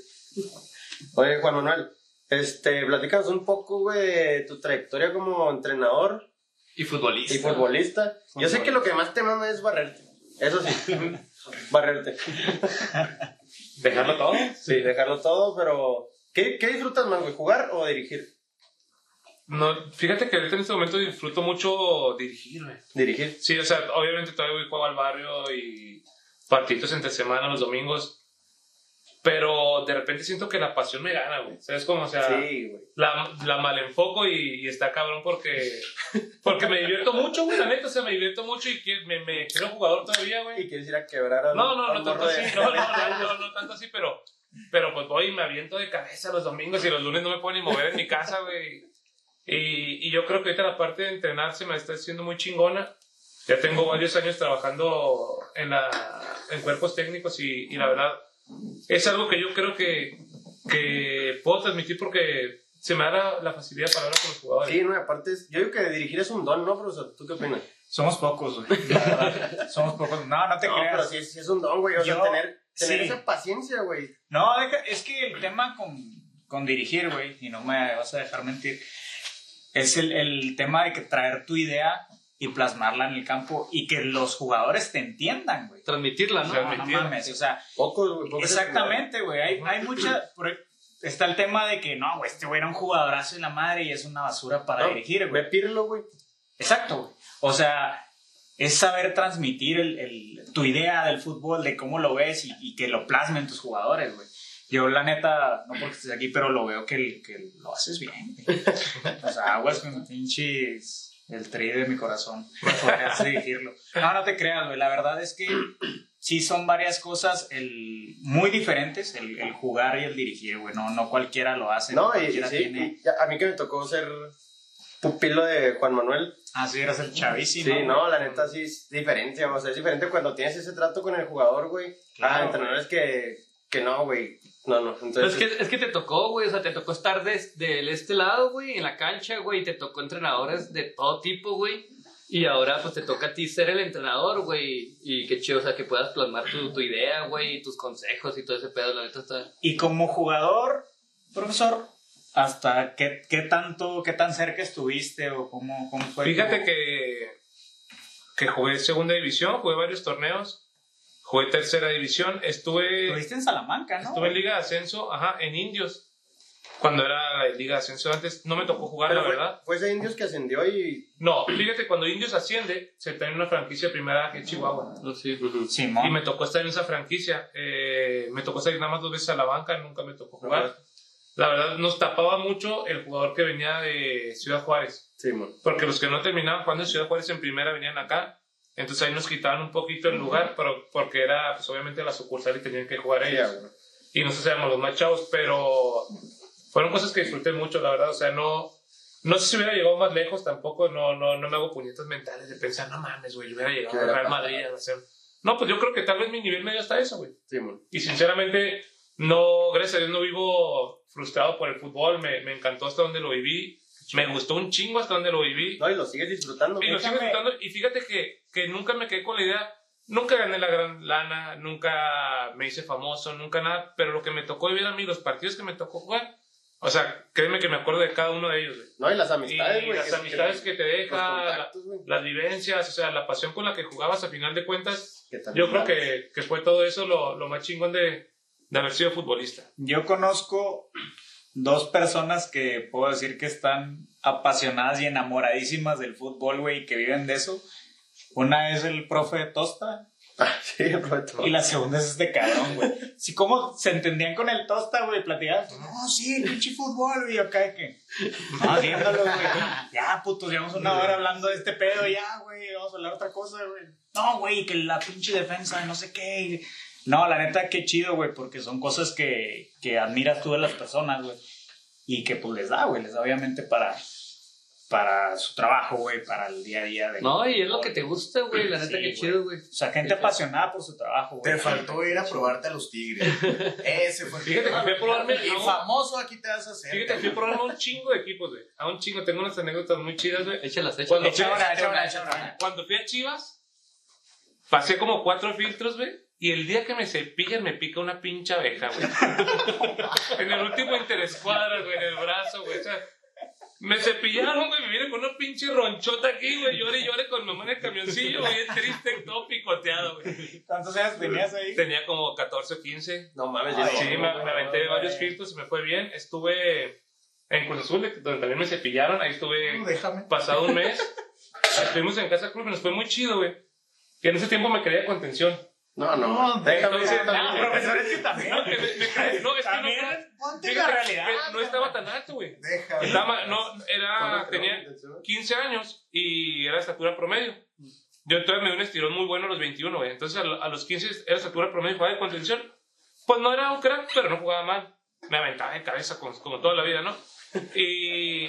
S5: Oye, Juan Manuel, este, platícanos un poco, güey, de tu trayectoria como entrenador
S2: Y futbolista.
S5: y futbolista. Yo sé que lo que más te mama es barrerte. Eso sí, barrerte.
S8: ¿Dejarlo todo?
S5: Sí, dejarlo todo, pero ¿qué, qué disfrutas más, güey? ¿Jugar o dirigir?
S8: No, fíjate que ahorita en este momento disfruto mucho dirigir, güey.
S5: Dirigir.
S8: Sí, o sea, obviamente todavía voy juego al barrio y partidos entre semana, los domingos. Pero de repente siento que la pasión me gana, güey. ¿Sabes cómo? O sea,
S5: Sí, güey.
S8: la, la malenfoco y, y está cabrón porque, porque me divierto mucho, güey. La neta, o sea, me divierto mucho y que- me, me creo jugador todavía, güey.
S5: Y quieres ir a quebrar a
S8: No, no, no tanto así, no, no, no, no, no tanto así, pero, pero pues voy y me aviento de cabeza los domingos y los lunes no me puedo ni mover en mi casa, güey. Y, y yo creo que ahorita la parte de entrenar se me está haciendo muy chingona. Ya tengo varios años trabajando en, la, en cuerpos técnicos y, y la verdad es algo que yo creo que, que puedo transmitir porque se me da la, la facilidad para hablar con los jugadores.
S5: Sí, no, y aparte, es- yo digo que dirigir es un don, ¿no, profesor? ¿Tú qué opinas?
S6: Somos pocos, güey. la verdad. Somos pocos. No, no te
S5: No, pero
S6: creas.
S5: sí, es- sí es un don, güey. O sea,
S6: Yo-
S5: tener, tener
S6: sí.
S5: esa paciencia, güey.
S6: No, deja- es que el tema con, con dirigir, güey, y no me vas a dejar mentir, es el, el tema de que traer tu idea y plasmarla en el campo y que los jugadores te entiendan, güey.
S2: Transmitirla, ¿no?
S6: No, no mames, o sea,
S5: Pocos, güey. pocos
S6: exactamente, güey. Hay, hay mucha. por- Está el tema de que no, güey, este güey era un jugadorazo en la madre y es una basura para
S5: No,
S6: dirigir, güey.
S5: Ve Pirlo, güey.
S6: Exacto, güey. O sea, es saber transmitir el- el- tu idea del fútbol, de cómo lo ves y, y que lo plasmen tus jugadores, güey. Yo, la neta, no porque estés aquí, pero lo veo que, el- que lo haces bien, güey. O sea, aguas con pinches. El tri de mi corazón. Podrías dirigirlo. No, no te creas, güey. La verdad es que sí son varias cosas el, muy diferentes, el, el jugar y el dirigir, güey. No, no cualquiera lo hace. No,
S5: No, y,
S6: cualquiera
S5: sí,
S6: tiene.
S5: y a mí que me tocó ser pupilo de Juan Manuel.
S6: Así eras el chavísimo.
S5: Sí,
S6: güey.
S5: no, la neta sí es diferente, o sea, es diferente cuando tienes ese trato con el jugador, güey.
S6: Claro,
S5: ah, entrenadores que, que no, güey. No, no,
S8: Pues
S2: Pero es
S5: entonces...
S2: que, es que te tocó, güey, o sea, te tocó estar de, de este lado, güey, en la cancha, güey, y te tocó entrenadores de todo tipo, güey, y ahora pues te toca a ti ser el entrenador, güey, y qué chido, o sea, que puedas plasmar tu, tu idea, güey, y tus consejos y todo ese pedo, la neta está...
S6: Y como jugador, profesor, ¿hasta qué, qué tanto, qué tan cerca estuviste o cómo, cómo fue?
S8: Fíjate
S6: tu-
S8: que, que jugué segunda división, jugué varios torneos, jugué tercera división, estuve,
S6: Estuviste en Salamanca, ¿no?
S8: estuve en Liga de Ascenso, ajá, en Indios, cuando era la Liga de Ascenso antes, no me tocó jugar,
S5: Pero
S8: la
S5: fue,
S8: verdad.
S5: fue ese Indios que ascendió y...
S8: No, fíjate, cuando Indios asciende, se trae una franquicia de primera que es Chihuahua.
S2: No sé.
S8: Y
S6: Simón.
S8: me tocó estar en esa franquicia. eh, me tocó salir nada más dos veces a la banca, nunca me tocó jugar. La verdad, nos tapaba mucho el jugador que venía de Ciudad Juárez.
S5: Sí, mon.
S8: Porque los que no terminaban jugando en Ciudad Juárez en primera venían acá. Entonces ahí nos quitaban un poquito el lugar, pero porque era pues, obviamente la sucursal y tenían que jugar
S5: Sí,
S8: ellos.
S5: güey.
S8: Y nosotros éramos los más chavos, pero fueron cosas que disfruté mucho, la verdad. O sea, no, no sé si hubiera llegado más lejos tampoco. No, no, no me hago puñetas mentales de pensar, no mames, güey, yo hubiera llegado
S5: ¿Qué
S8: al
S5: hubiera
S8: Real Madrid. a hacer-". No, pues yo creo que tal vez mi nivel medio está eso, güey.
S5: Sí, mon.
S8: Y sinceramente, no, gracias a Dios no vivo frustrado por el fútbol. Me, me encantó hasta donde lo viví. Me gustó un chingo hasta donde lo viví.
S5: No, y lo sigues disfrutando,
S8: Y
S5: güey.
S8: lo sigo disfrutando. Y fíjate que, que nunca me quedé con la idea. Nunca gané la gran lana, nunca me hice famoso, nunca nada. Pero lo que me tocó vivir a mí, los partidos que me tocó jugar, o sea, créeme que me acuerdo de cada uno de ellos. güey.
S5: No, y las
S8: Y
S5: amistades, güey.
S8: las amistades que te
S5: Los
S8: deja, la-
S5: contactos, güey.
S8: las vivencias, o sea, la pasión con la que jugabas a final de cuentas.
S5: que también
S8: Yo creo
S5: vale.
S8: que, que fue todo eso lo, lo más chingón de, de haber sido futbolista.
S6: Yo conozco dos personas que puedo decir que están apasionadas y enamoradísimas del fútbol, güey, y que viven de eso. Una es el profe Tosta
S5: Ah, Sí, Roberto.
S6: y la segunda es este cabrón, güey. Si como se entendían con el Tosta, güey, platicaban, no, sí, el pinche fútbol, güey, acá de que, no, viéndolo, güey. Ya, putos, llevamos una hora hablando de este pedo, ya, güey, vamos a hablar otra cosa, güey. No, güey, que la pinche defensa, no sé qué. y- No, la neta, qué chido, güey, porque son cosas que, que admiras tú de las personas, güey. Y que pues les da, güey, les da obviamente para, para su trabajo, güey, para el día a día. De,
S2: No, y es lo que te gusta, güey. La neta,
S6: Sí,
S2: que
S6: güey.
S2: chido, güey.
S6: O sea, gente apasionada por su trabajo, güey.
S7: Te faltó ir a probarte a los tigres. Ese fue el
S8: Fíjate que fui a probarme
S7: Y
S8: a un-
S7: famoso aquí te vas a hacer.
S8: Fíjate, fui a probar a un chingo de equipos, güey. A un chingo. Tengo unas anécdotas muy chidas, güey.
S2: Échalas, échalas.
S8: Cuando,
S6: Echa
S8: fui-
S6: una, echa una, echa una.
S8: cuando fui a Chivas, pasé como cuatro filtros, güey. Y el día que me cepillan, me pica una pinche abeja, güey. en el último interescuadra, güey, en el brazo, güey. O sea, me cepillaron, güey, me viene con una pinche ronchota aquí, güey. Llore y llore con mamá en el camioncillo, güey. Triste, todo picoteado, güey.
S6: ¿Cuántos años tenías ahí?
S8: Tenía como 14 o 15.
S5: No mames, yo
S7: Ay,
S8: Sí,
S5: no.
S8: me, me aventé varios filtros y me fue bien. Estuve en Cruz Azul, donde también me cepillaron. Ahí estuve
S7: Déjame.
S8: pasado un mes. Estuvimos en Casa Club y nos fue muy chido, güey. Que en ese tiempo me creía contención.
S5: No, no.
S7: No,
S5: déjame
S8: entonces,
S5: decir
S8: no,
S5: también.
S6: profesor, es que también.
S8: No, que me, me creía- no, es que no,
S6: También
S8: era-
S7: Ponte
S8: fíjate
S7: la
S8: que
S7: realidad.
S8: no estaba tan alto, güey.
S7: Déjame.
S8: Estaba, no,
S5: ¿Cuándo
S8: era,
S5: te
S8: Ah, tenía
S5: lo mencionas?
S8: 15 años y era estatura promedio. Yo entonces me di un estirón muy bueno a los 21, güey. Entonces a, lo- a los 15 era estatura promedio, jugaba de contención. Pues no era un crack, pero no jugaba mal. Me aventaba de cabeza como, como toda la vida, ¿no? Y,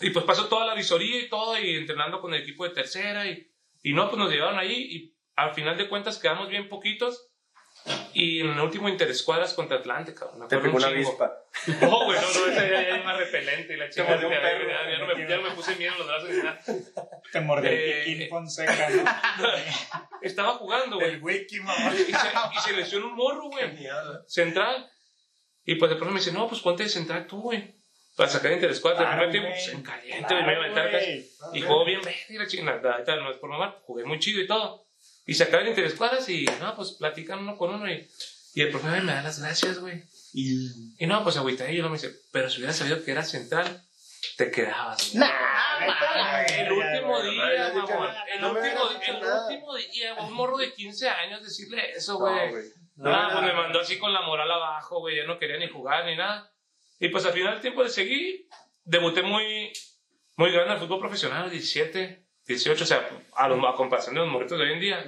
S8: y pues pasó toda la visoría y todo, y entrenando con el equipo de tercera. Y, y no, pues nos llevaron ahí y al final de cuentas quedamos bien poquitos. Y en el último interescuadras contra Atlante, cabrón. me
S5: Te
S8: acuerdo
S5: pegó
S8: un
S5: una
S8: chingo.
S5: avispa.
S8: No, güey, no, no, ese ya, ya es más repelente y la chica
S6: mordió un
S8: ya,
S6: perro,
S8: ya, ya no me, ya no me puse miedo en los brazos ni nada.
S6: Te mordió
S8: Eh,
S6: el Kikín Fonseca, ¿no?
S8: Estaba jugando, güey.
S7: El wiki, mamá.
S8: Y se, y se lesionó un morro, güey. Central. Y pues el profe me dice, no, pues ponte de central tú, güey. Para sacar interescuadra. El
S6: Claro, Ah,
S8: primer tiempo,
S6: güey.
S8: pues en caliente, güey, me iba a aventar
S6: Claro,
S8: casi.
S6: güey.
S8: Y jugó bien, verga, y la chingada, tal, no es por mamar, jugué muy chido y todo. Y se acaban interescuadras y, no, pues platican uno con uno y, y el profe me da las gracias, güey.
S6: Y...
S8: Y no, pues agüita, y yo me dice, pero si hubiera sabido que era central, te quedabas, güey. El último
S5: güey, no
S8: día,
S5: hubieras dicho
S8: mamón.
S5: nada.
S8: El
S5: No me
S8: último,
S5: hubieras dicho
S8: el
S5: nada.
S8: último día, un morro de 15 años decirle eso,
S5: No,
S8: güey.
S5: güey.
S8: No, pues me mandó así con la moral abajo, güey. Ya no quería ni jugar ni nada. Y pues al final del tiempo le seguí. Debuté muy, muy grande al fútbol profesional, 17, 18, o sea, a, los, a comparación de los morritos de hoy en día.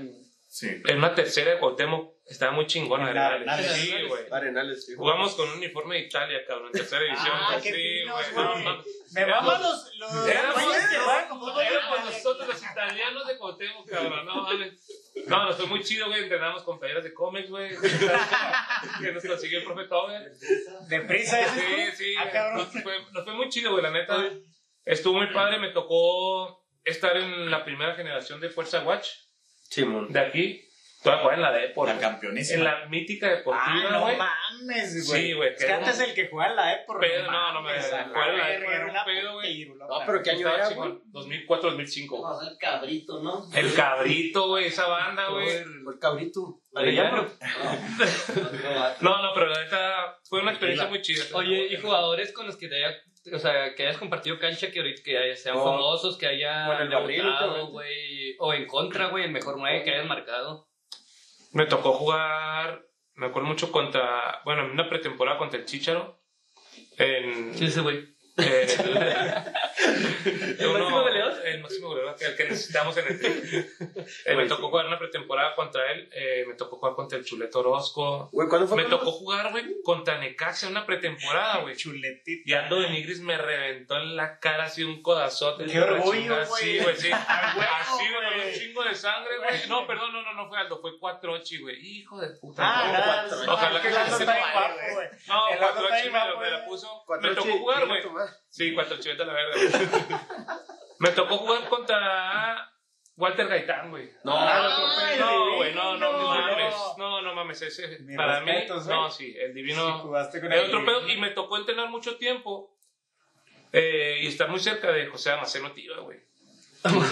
S7: Sí.
S8: En una tercera de Cuauhtémoc, estaba muy chingona.
S6: En
S8: la
S6: la-
S8: verdad.
S6: la-
S8: Sí, güey.
S5: Arenales, sí.
S8: Jugamos con un uniforme de Italia, cabrón, en tercera división.
S6: Ah,
S8: pues,
S6: qué
S8: sí,
S6: finos,
S8: güey. No,
S6: güey.
S8: mames.
S6: Me vamos los... los
S8: Éramos,
S6: güeyes que juegan con fútbol.
S8: éramos nosotros los italianos de Cuauhtémoc, cabrón, no vale. No, nos fue muy chido, güey, entrenamos con playeras de cómics, güey. que nos consiguió el profe Tober.
S6: Deprisa,
S8: Sí,
S6: ese es tú?
S8: sí,
S6: Ah,
S8: güey,
S6: cabrón.
S8: nos fue, nos fue muy chido, güey, la neta. Estuvo muy padre, me tocó estar en la primera generación de Fuerza Watch
S5: Simón.
S8: de aquí. Toda jugada en la de
S7: La
S8: en
S7: campeonísima.
S8: la mítica
S6: Ah,
S8: deportiva,
S6: no
S8: güey.
S6: mames, güey.
S8: Sí, güey,
S6: Es
S8: que
S6: que
S8: era
S6: antes
S8: un
S6: el que jugaba en la E por...
S8: pedo, no, no me-
S6: Era
S8: jugaba en la E
S6: una
S8: por un pedo, güey.
S6: pirulota.
S5: No, pero qué año
S8: Estaba
S5: era, güey.
S8: chingón, 2004, 2005. güey.
S1: el cabrito, ¿no?
S8: El cabrito, güey, esa banda, güey.
S5: Fue el cabrito.
S8: Arellano.
S1: No,
S8: No, no, pero la neta fue una experiencia muy chida.
S2: Oye, y jugadores con los que te haya, o sea, que hayas compartido cancha que ahorita que haya- sean
S5: No.
S2: famosos, que hayan
S5: Bueno, el Barril,
S2: debutado,
S5: últimamente.
S2: güey, o en contra, güey, el mejor 9 que hayas marcado.
S8: me tocó jugar, me acuerdo mucho contra, bueno, en una pretemporada contra el Chicharo. En, eh,
S2: Sí, ese güey.
S8: en-
S2: ¿El máximo goleador?
S8: El máximo goleador que, el que necesitamos en el club. Eh, me tocó jugar una pretemporada contra él, eh, me tocó jugar contra el Chuleto Orozco.
S5: Güey, ¿cuándo fue?
S8: Me
S5: cuando-
S8: tocó jugar, güey, contra Necaxa en una pretemporada, güey.
S6: Chuletito.
S8: Y Aldo Benigris me reventó en la cara así un codazote.
S6: Qué
S8: hijo de la
S6: orgullo,
S8: chingada.
S6: güey.
S8: Sí, güey, sí.
S6: Ah, güey,
S8: Así, güey, con un
S6: güey.
S8: chingo de sangre, güey. No, perdón, no, no, no fue Aldo, fue Cuatrochi, güey. Hijo de puta.
S6: Ah,
S8: no,
S6: nada,
S8: Cuatrochi.
S6: no,
S8: Ojalá
S6: es
S8: que
S6: el Aldo
S8: se
S6: Ah, está
S8: sepa.
S6: bien
S7: mal,
S6: guapo,
S7: güey.
S6: güey.
S8: No,
S6: El Aldo está
S8: Cuatrochi
S6: bien
S8: me,
S6: guapo,
S8: lo- me la
S6: güey.
S8: puso.
S5: Cuatro
S8: me tocó
S5: chi-
S8: jugar, güey.
S5: chinga tu madre.
S8: Sí, Cuatrochi, vete a la verga, güey. Me tocó jugar contra Walter Gaitán, güey.
S5: No,
S6: Ah, el
S8: No, güey, no, no,
S6: divino.
S8: mames. No, no mames, ese.
S6: Mis
S8: Para mí,
S6: respetos, güey.
S8: no, sí, el
S6: Sí,
S8: divino.
S6: jugaste con
S8: Era
S6: el
S8: otro
S6: divino.
S8: pedo y me tocó entrenar mucho tiempo eh, y estar muy cerca de José Damasceno Tiva, güey.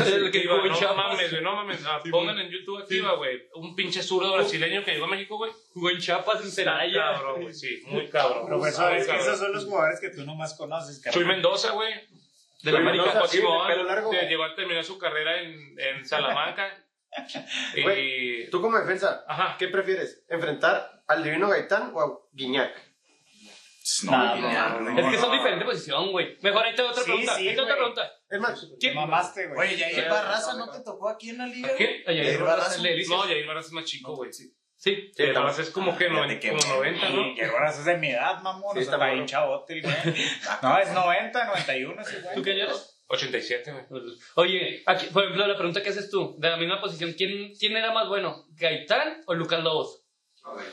S2: El que
S8: Activa,
S2: escucha.
S8: no mames, güey, no mames. Ah, pongan en YouTube activa, güey. Un pinche zurdo brasileño que llegó a México, güey.
S2: Jugó en Chiapas, en Celaya.
S8: Cabrón, güey, sí, muy cabrón.
S6: Profesor,
S8: Muy
S6: es que
S8: cabrón.
S6: esos son los jugadores que tú nomás conoces,
S8: Chuy
S6: carnal.
S8: Mendoza, güey.
S2: De la
S8: Chuy
S2: América.
S8: Mendoza,
S5: sí, de
S8: Simón,
S5: pelo largo,
S8: que
S5: güey.
S8: Llegó a terminar su carrera en, en Salamanca. y.
S5: Güey, Tú como defensa,
S8: Ajá.
S5: ¿qué prefieres? ¿Enfrentar al divino Gaitán o a Guiñac?
S7: No,
S6: Nah,
S7: güey,
S6: no,
S7: no,
S2: Es que
S7: no,
S2: son
S7: no.
S2: diferentes posiciones, güey. Mejor ahí te doy otra
S6: Sí,
S2: pregunta.
S6: sí,
S2: Ahí te doy otra
S6: güey.
S2: pregunta.
S5: Es más,
S6: Te mamaste, güey.
S7: Oye, Yair Barraza no te tocó aquí en la liga.
S2: ¿Qué? Oye,
S7: Yair
S2: Barras
S7: Barras.
S2: es de Delicias.
S8: No, Yair Barras es más chico, güey.
S2: Sí.
S8: Yair Barras es como que
S7: Ah, ya
S8: noven-
S7: te quemé.
S8: como 90, ¿no?
S6: Y que ahora es de mi edad, mamón.
S5: Sí,
S6: o sea,
S5: está
S6: está bien
S5: bueno.
S6: chavote, el güey. No, es 90, 91 ese güey.
S2: ¿Tú qué años?
S8: 87, güey.
S2: Oye, aquí, por ejemplo, la pregunta que haces tú, de la misma posición, ¿quién, quién era más bueno? ¿Gaitán o Lucas Lobos?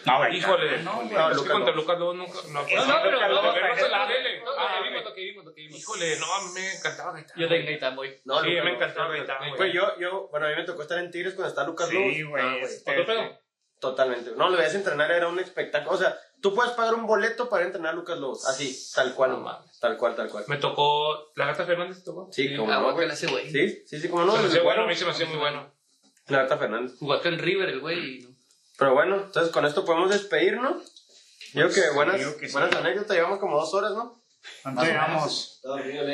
S6: No, güey.
S8: Híjole.
S6: No, güey.
S8: No, es que
S5: Lucas
S8: contra Lucas Lobos nunca. No,
S6: No, no, pero
S8: lo
S6: no,
S8: que vemos en la
S2: no,
S8: tele.
S2: no,
S8: Ah,
S2: lo que vimos,
S8: güey.
S2: lo que vimos, lo que vimos.
S8: Híjole, no, a mí me encantaba Gaitán.
S2: Yo tengo Gaitán, voy.
S5: No, Lucas
S8: sí, me
S5: Lobos.
S8: encantaba Gaitán,
S5: Güey,
S8: güey.
S5: yo, yo, bueno, a mí me tocó estar en Tigres cuando está Lucas Lobos.
S6: Sí, güey. este,
S2: ¿Otro pedo?
S5: Totalmente. No, lo veías entrenar, era un espectáculo. O sea, tú puedes pagar un boleto para entrenar a Lucas Lobos. Así, tal cual,
S2: No
S5: mames. Tal cual, tal cual.
S8: Me tocó. ¿La gata Fernández te tocó?
S5: Sí, como
S2: Ah,
S5: no,
S2: guácala
S5: güey.
S2: ese güey.
S5: Sí, sí, sí, como no.
S8: Se me
S5: desde
S8: hacía bueno,
S5: cuándo.
S8: a mí se me hacía muy bueno.
S5: La Gata Fernández.
S2: Jugó acá en River el güey. y no.
S5: Pero bueno, entonces con esto podemos despedirnos. Yo creo que buenas,
S6: digo que sí.
S5: buenas anécdotas, llevamos como dos horas, ¿no?
S6: ¿Cuánto llegamos?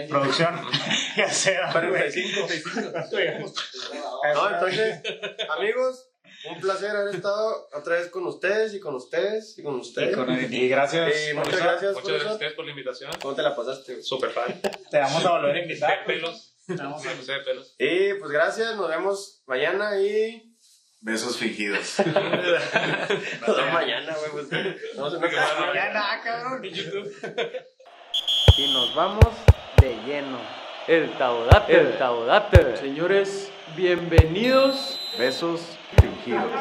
S6: Producción. ya sé, güey.
S5: 45, 45. No, entonces, amigos, un placer haber estado otra vez con ustedes y con ustedes y con ustedes.
S6: Y gracias.
S5: Eh, muchas
S6: profesor.
S5: gracias,
S8: Muchas gracias a
S5: profesor.
S8: ustedes por la invitación.
S5: ¿Cómo te la pasaste? güey?
S8: Súper padre.
S6: Te vamos a volver a invitar.
S8: De pelos.
S6: Te vamos a-
S8: Me puse de pelos.
S5: Y pues gracias, nos vemos mañana y.
S7: Besos fingidos.
S5: Nos vemos mañana, güey. Pues, vamos a una semana.
S6: Mañana, cabrón.
S3: Y nos vamos de lleno. El Taudate. El Taudate. Señores, bienvenidos
S4: Besos fingidos.